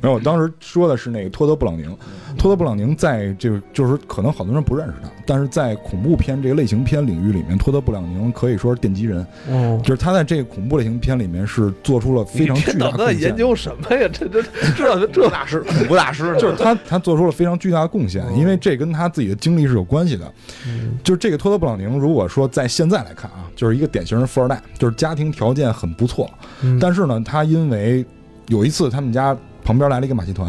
没有，我当时说的是那个托德·布朗宁。嗯托德·布朗宁在这个就是可能好多人不认识他，但是在恐怖片这个类型片领域里面，托德·布朗宁可以说是奠基人，哦，就是他在这个恐怖类型片里面是做出了非常你这巨大脑的子在贡献研。究什么呀？这这这这大师，恐怖大师 就是 他，他做出了非常巨大的贡献哦，因为这跟他自己的经历是有关系的。嗯就是这个托德·布朗宁，如果说在现在来看啊，就是一个典型的富二代，就是家庭条件很不错，嗯但是呢，他因为有一次他们家旁边来了一个马戏团，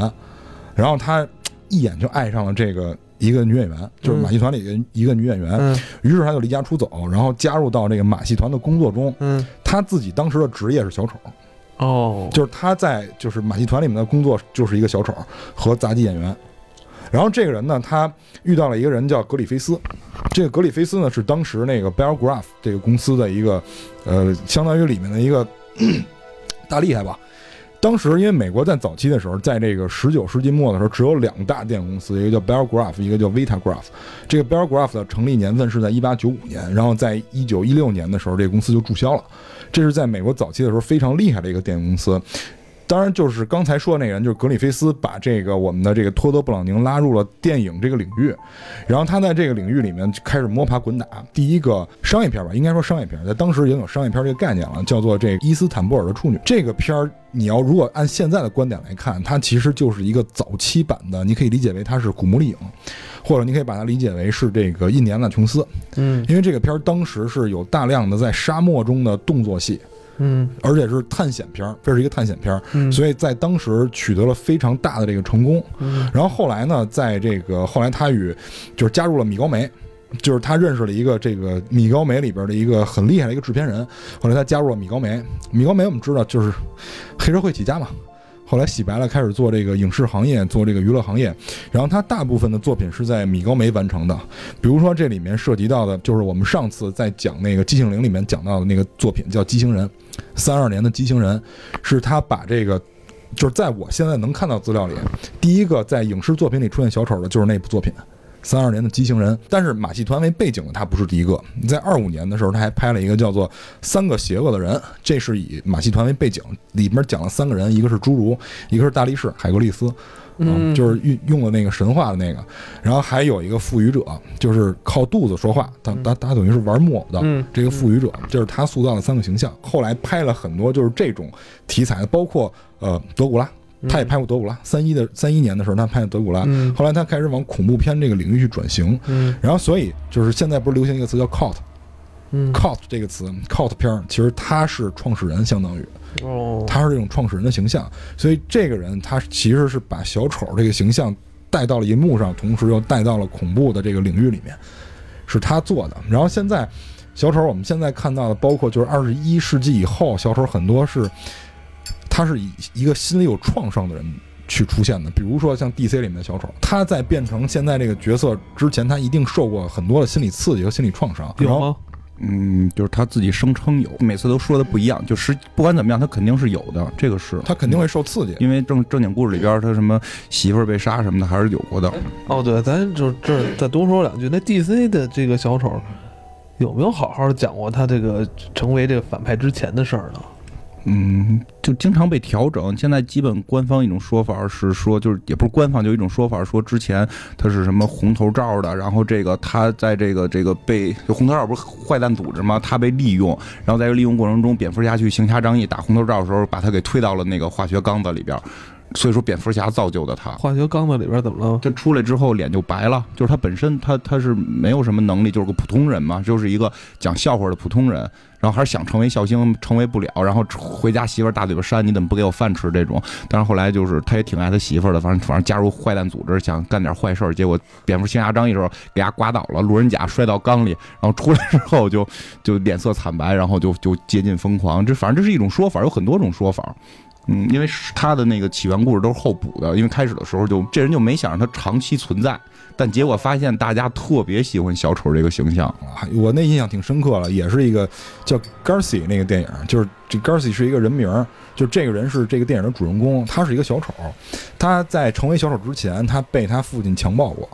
然后他嘖一眼就爱上了这个一个女演员，就是马戏团里的一个女演员，嗯于是他就离家出走，然后加入到这个马戏团的工作中。嗯他自己当时的职业是小丑，哦，就是他在就是马戏团里面的工作就是一个小丑和杂技演员。然后这个人呢，他遇到了一个人叫格里菲斯，这个格里菲斯呢是当时那个 Bell Graph 这个公司的一个呃，相当于里面的一个咳大厉害吧。当时因为美国在早期的时候，在这个十九世纪末的时候，只有两大电影公司，一个叫 Bell Graph，一个叫 Vita Graph。这个 Bell Graph 的成立年份是在一八九五年，然后在一九一六年的时候，这个公司就注销了。这是在美国早期的时候非常厉害的一个电影公司。当然，就是刚才说的那个人，就是格里菲斯，把这个我们的这个托德·布朗宁拉入了电影这个领域，然后他在这个领域里面就开始摸爬滚打。第一个商业片吧，应该说商业片，在当时已经有商业片这个概念了，叫做这个《伊斯坦布尔的处女》。这个片儿，你要如果按现在的观点来看，它其实就是一个早期版的，你可以理解为它是古墓丽影，或者你可以把它理解为是这个印第安纳琼斯，嗯因为这个片儿当时是有大量的在沙漠中的动作戏，嗯而且是探险片儿，这是一个探险片儿，嗯，所以在当时取得了非常大的这个成功。嗯然后后来呢，在这个后来他与就是加入了米高梅，就是他认识了一个这个米高梅里边的一个很厉害的一个制片人。后来他加入了米高梅，米高梅我们知道就是黑社会起家嘛。后来洗白了，开始做这个影视行业，做这个娱乐行业。然后他大部分的作品是在米高梅完成的，比如说这里面涉及到的，就是我们上次在讲那个《寂静岭》里面讲到的那个作品叫《畸形人》，三二年的《畸形人》，是他把这个，就是在我现在能看到资料里，第一个在影视作品里出现小丑的就是那部作品，三二年的《畸形人》。但是马戏团为背景的他不是第一个，在二五年的时候他还拍了一个叫做《三个邪恶的人》，这是以马戏团为背景，里面讲了三个人，一个是侏儒，一个是大力士海格力斯，嗯就是用用的那个神话的那个，然后还有一个赋予者，就是靠肚子说话，他他他等于是玩木偶的。嗯这个赋予者就是他塑造的三个形象，后来拍了很多就是这种题材的，包括呃德古拉，他也拍过德古拉。三一的三一年的时候，他拍的德古拉，嗯后来他开始往恐怖片这个领域去转型。嗯然后，所以就是现在不是流行一个词叫 cult 嗯 cult 这个词，cult 片儿，其实他是创始人，相当于哦，他是这种创始人的形象。所以这个人他其实是把小丑这个形象带到了银幕上，同时又带到了恐怖的这个领域里面，是他做的。然后现在小丑我们现在看到的，包括就是二十一世纪以后，小丑很多是他是以一个心里有创伤的人。去出现的，比如说像 DC 里面的小丑，他在变成现在这个角色之前，他一定受过很多的心理刺激和心理创伤。然有后吗？嗯，就是他自己声称有，每次都说的不一样，就是不管怎么样，他肯定是有的，这个是他肯定会受刺激。因为正正经故事里边，他什么媳妇儿被杀什么的，还是有过的。哦，对，咱就这儿再多说两句。那 DC 的这个小丑有没有好好讲过他这个成为这个反派之前的事儿呢？嗯，就经常被调整。现在基本官方一种说法是说，就是也不是官方，就一种说法说之前他是什么红头罩的，然后这个他在这个这个被就红头罩不是坏蛋组织吗？他被利用，然后在这个利用过程中，蝙蝠侠去行侠仗义打红头罩的时候，把他给推到了那个化学缸子里边。所以说蝙蝠侠造就的他。化学缸子里边怎么了？他出来之后脸就白了，就是他本身他他是没有什么能力，就是个普通人嘛，就是一个讲笑话的普通人，然后还是想成为笑星，成为不了，然后回家媳妇儿大嘴巴扇你怎么不给我饭吃这种。但是后来就是他也挺爱他媳妇儿的，反正反正加入坏蛋组织想干点坏事儿，结果蝙蝠侠牙张一手给他刮倒了，路人甲摔到缸里，然后出来之后就就脸色惨白，然后就就接近疯狂。这反正这是一种说法，有很多种说法。嗯，因为是他的那个起源故事都是后补的，因为开始的时候就这人就没想让他长期存在，但结果发现大家特别喜欢小丑这个形象。啊我那印象挺深刻了，也是一个叫 Garcy 那个电影，就是这 Garcy 是一个人名儿，就这个人是这个电影的主人公，他是一个小丑，他在成为小丑之前，他被他父亲强暴过，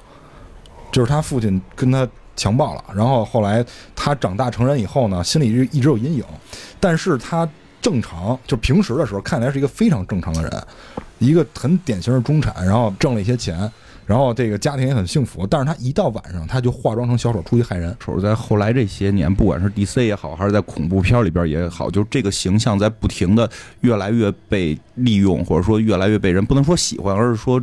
就是他父亲跟他强暴了，然后后来他长大成人以后呢，心里一直有阴影，但是他正常，就平时的时候看起来是一个非常正常的人，一个很典型的中产，然后挣了一些钱。然后这个家庭也很幸福，但是他一到晚上，他就化妆成小丑出去害人，丑在后来这些年，不管是 DC 也好，还是在恐怖片里边也好，就这个形象在不停的越来越被利用，或者说越来越被人不能说喜欢，而是说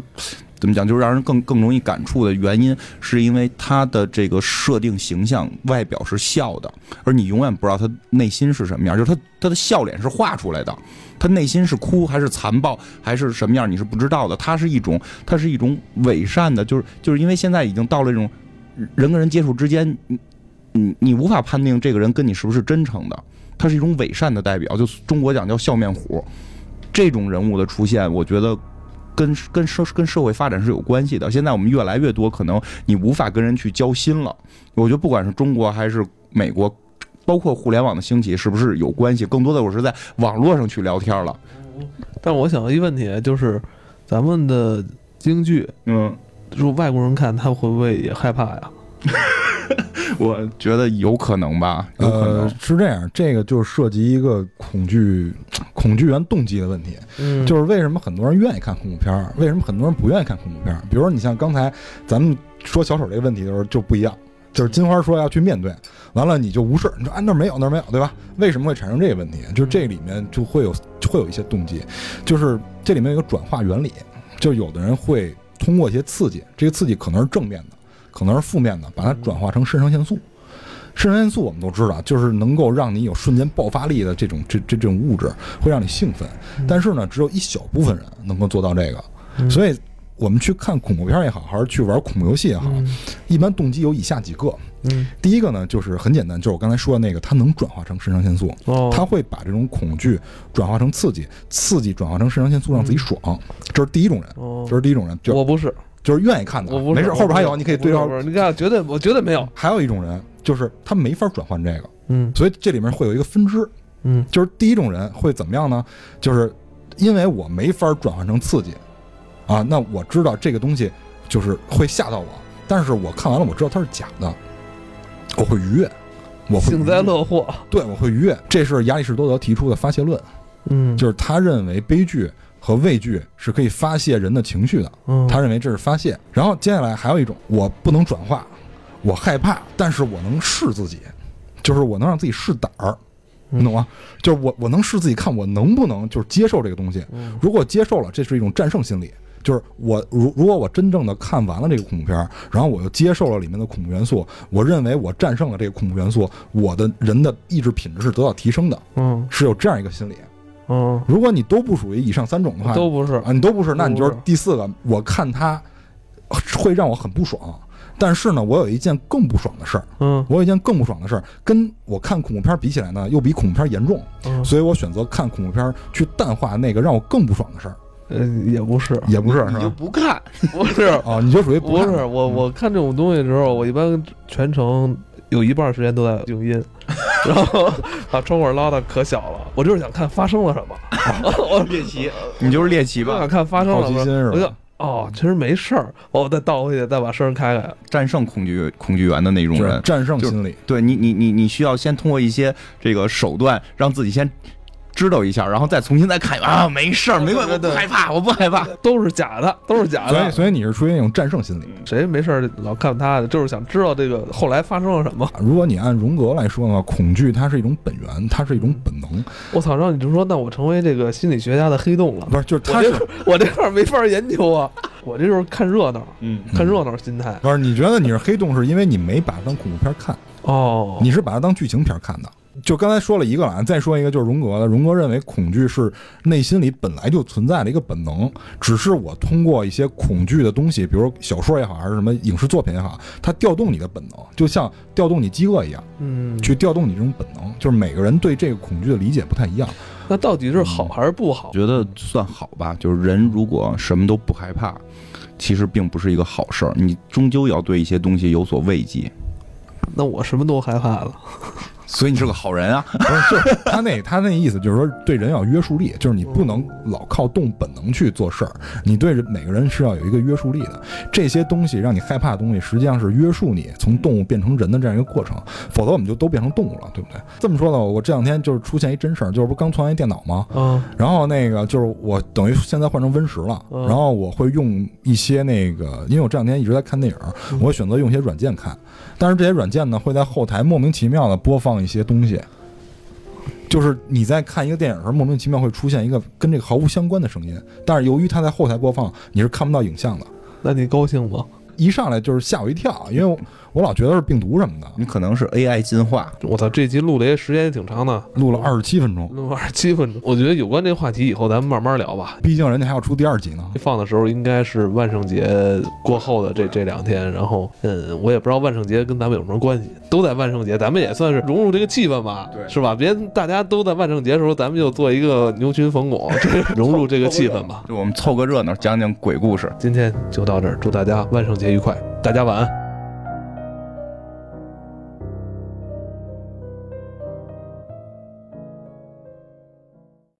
怎么讲，就是让人更更容易感触的原因，是因为他的这个设定形象外表是笑的，而你永远不知道他内心是什么样，就是他他的笑脸是画出来的，他内心是哭还是残暴还是什么样，你是不知道的。他是一种他是一种伪善的，就是就是因为现在已经到了这种人跟人接触之间，你你嗯你无法判定这个人跟你是不是真诚的，他是一种伪善的代表，就中国讲叫笑面虎。这种人物的出现，我觉得跟跟社跟社会发展是有关系的。现在我们越来越多，可能你无法跟人去交心了。我觉得不管是中国还是美国，包括互联网的兴起，是不是有关系？更多的我是在网络上去聊天了。但我想一问题，就是咱们的京剧，嗯，如果外国人看，他会不会也害怕呀？我觉得有可能吧，有可能。呃，是这样，这个就是涉及一个恐惧、恐惧源动机的问题，嗯就是为什么很多人愿意看恐怖片儿，为什么很多人不愿意看恐怖片儿？比如说，你像刚才咱们说小丑这个问题的时候就不一样，就是金花说要去面对，完了你就无视，你说啊那儿没有那儿没有，对吧？为什么会产生这个问题？就是这里面就会有就会有一些动机，就是这里面有一个转化原理，就有的人会通过一些刺激，这个刺激可能是正面的，可能是负面的，把它转化成肾上腺素。肾上腺素我们都知道，就是能够让你有瞬间爆发力的这种这这这种物质，会让你兴奋。嗯但是呢，只有一小部分人能够做到这个，所以我们去看恐怖片也好，还是去玩恐怖游戏也好，一般动机有以下几个。嗯，第一个呢，就是很简单，就是我刚才说的那个，它能转化成肾上腺素，哦，它会把这种恐惧转化成刺激，刺激转化成肾上腺素，让自己爽。这是第一种人，嗯哦这是第一种人，就我不是，就是愿意看的我，不是，没事，我不是后边还有，你可以对我照不。是，你看，绝对，我绝对没有。还有一种人，就是他没法转换这个，嗯所以这里面会有一个分支，嗯就是第一种人会怎么样呢？就是因为我没法转换成刺激，啊，那我知道这个东西就是会吓到我，但是我看完了我知道它是假的，我会愉悦，我会幸愉灾悦乐祸。对，我会愉悦。这是亚里士多德提出的发泄论，嗯，就是他认为悲剧和畏惧是可以发泄人的情绪的，嗯他认为这是发泄。然后接下来还有一种，我不能转化，我害怕，但是我能试自己，就是我能让自己试胆儿，你懂吗？就是我我能试自己看我能不能就是接受这个东西。如果接受了，这是一种战胜心理。就是我如如果我真正的看完了这个恐怖片儿，然后我又接受了里面的恐怖元素，我认为我战胜了这个恐怖元素，我的人的意志品质是得到提升的，嗯是有这样一个心理。嗯，如果你都不属于以上三种的话，都不是。啊，你都不是，那你就是都不是第四个。我看他会让我很不爽，但是呢，我有一件更不爽的事儿，嗯我有一件更不爽的事儿，跟我看恐怖片比起来呢，又比恐怖片严重，嗯，所以我选择看恐怖片去淡化那个让我更不爽的事儿，呃，也不是，也不是是你就吧？不看，不是，哦，嗯你就属于不看是我，我看这种东西的时候，我一般全程有一半时间都在静音，然后把窗户拉的可小了，我就是想看发生了什么，哦我猎奇，你就是猎奇我想吧，看发生了好奇什心么，是我就吧？哦，其实没事儿，我再倒回去，再把声开开，战胜恐惧恐惧源的那种是人。战胜心理，对你，你你你需要先通过一些这个手段，让自己先知道一下，然后再重新再看一遍啊，没事儿，没关系，我对对对不害怕，我不害怕。都是假的，都是假所以的。所以你是出于那种战胜心理。谁没事儿老看他的，就是想知道这个后来发生了什么。啊如果你按荣格来说的话，恐惧它是一种本源，它是一种本能，我操，让你就说，那我成为这个心理学家的黑洞了。不是就是我它这是块我这块儿没法研究啊，我这就是看热闹，嗯，看热闹心态。不是？你觉得你是黑洞，是因为你没把它当恐怖片看，哦，你是把它当剧情片看的。就刚才说了一个了啊，再说一个就是荣格的。荣格认为恐惧是内心里本来就存在的一个本能，只是我通过一些恐惧的东西，比如小说也好，还是什么影视作品也好，它调动你的本能，就像调动你饥饿一样，嗯，去调动你这种本能。就是每个人对这个恐惧的理解不太一样。那到底是好还是不好？觉得算好吧，就是人如果什么都不害怕，其实并不是一个好事儿，你终究要对一些东西有所慰藉。那我什么都害怕了。所以你是个好人啊，不是，就是他那他那意思就是说，对人要有约束力，就是你不能老靠动本能去做事儿，你对人每个人是要有一个约束力的。这些东西让你害怕的东西，实际上是约束你从动物变成人的这样一个过程，否则我们就都变成动物了，对不对？这么说呢，我这两天就是出现一真事儿，就是不是刚传完一电脑吗？嗯然后那个就是我等于现在换成 Win 十了，嗯然后我会用一些那个，因为我这两天一直在看电影，嗯我会选择用一些软件看，但是这些软件呢会在后台莫名其妙的播放一些东西，就是你在看一个电影的时，候，莫名其妙会出现一个跟这个毫无相关的声音，但是由于它在后台播放，你是看不到影像 的。那你高兴吗？一上来就是吓我一跳，因为我我老觉得是病毒什么的。你可能是 AI 进化，我操，这集录的也时间也挺长的，录了二十七分钟，录二十七分钟。我觉得有关这话题以后咱们慢慢聊吧。毕竟人家还要出第二集呢。放的时候应该是万圣节过后的这这两天，然后嗯，我也不知道万圣节跟咱们有什么关系，都在万圣节，咱们也算是融入这个气氛吧，对是吧？别大家都在万圣节的时候，咱们就做一个牛群冯巩， 融入这个气氛吧。就我们凑个热闹，讲讲鬼故事。今天就到这儿，祝大家万圣节愉快，大家晚安。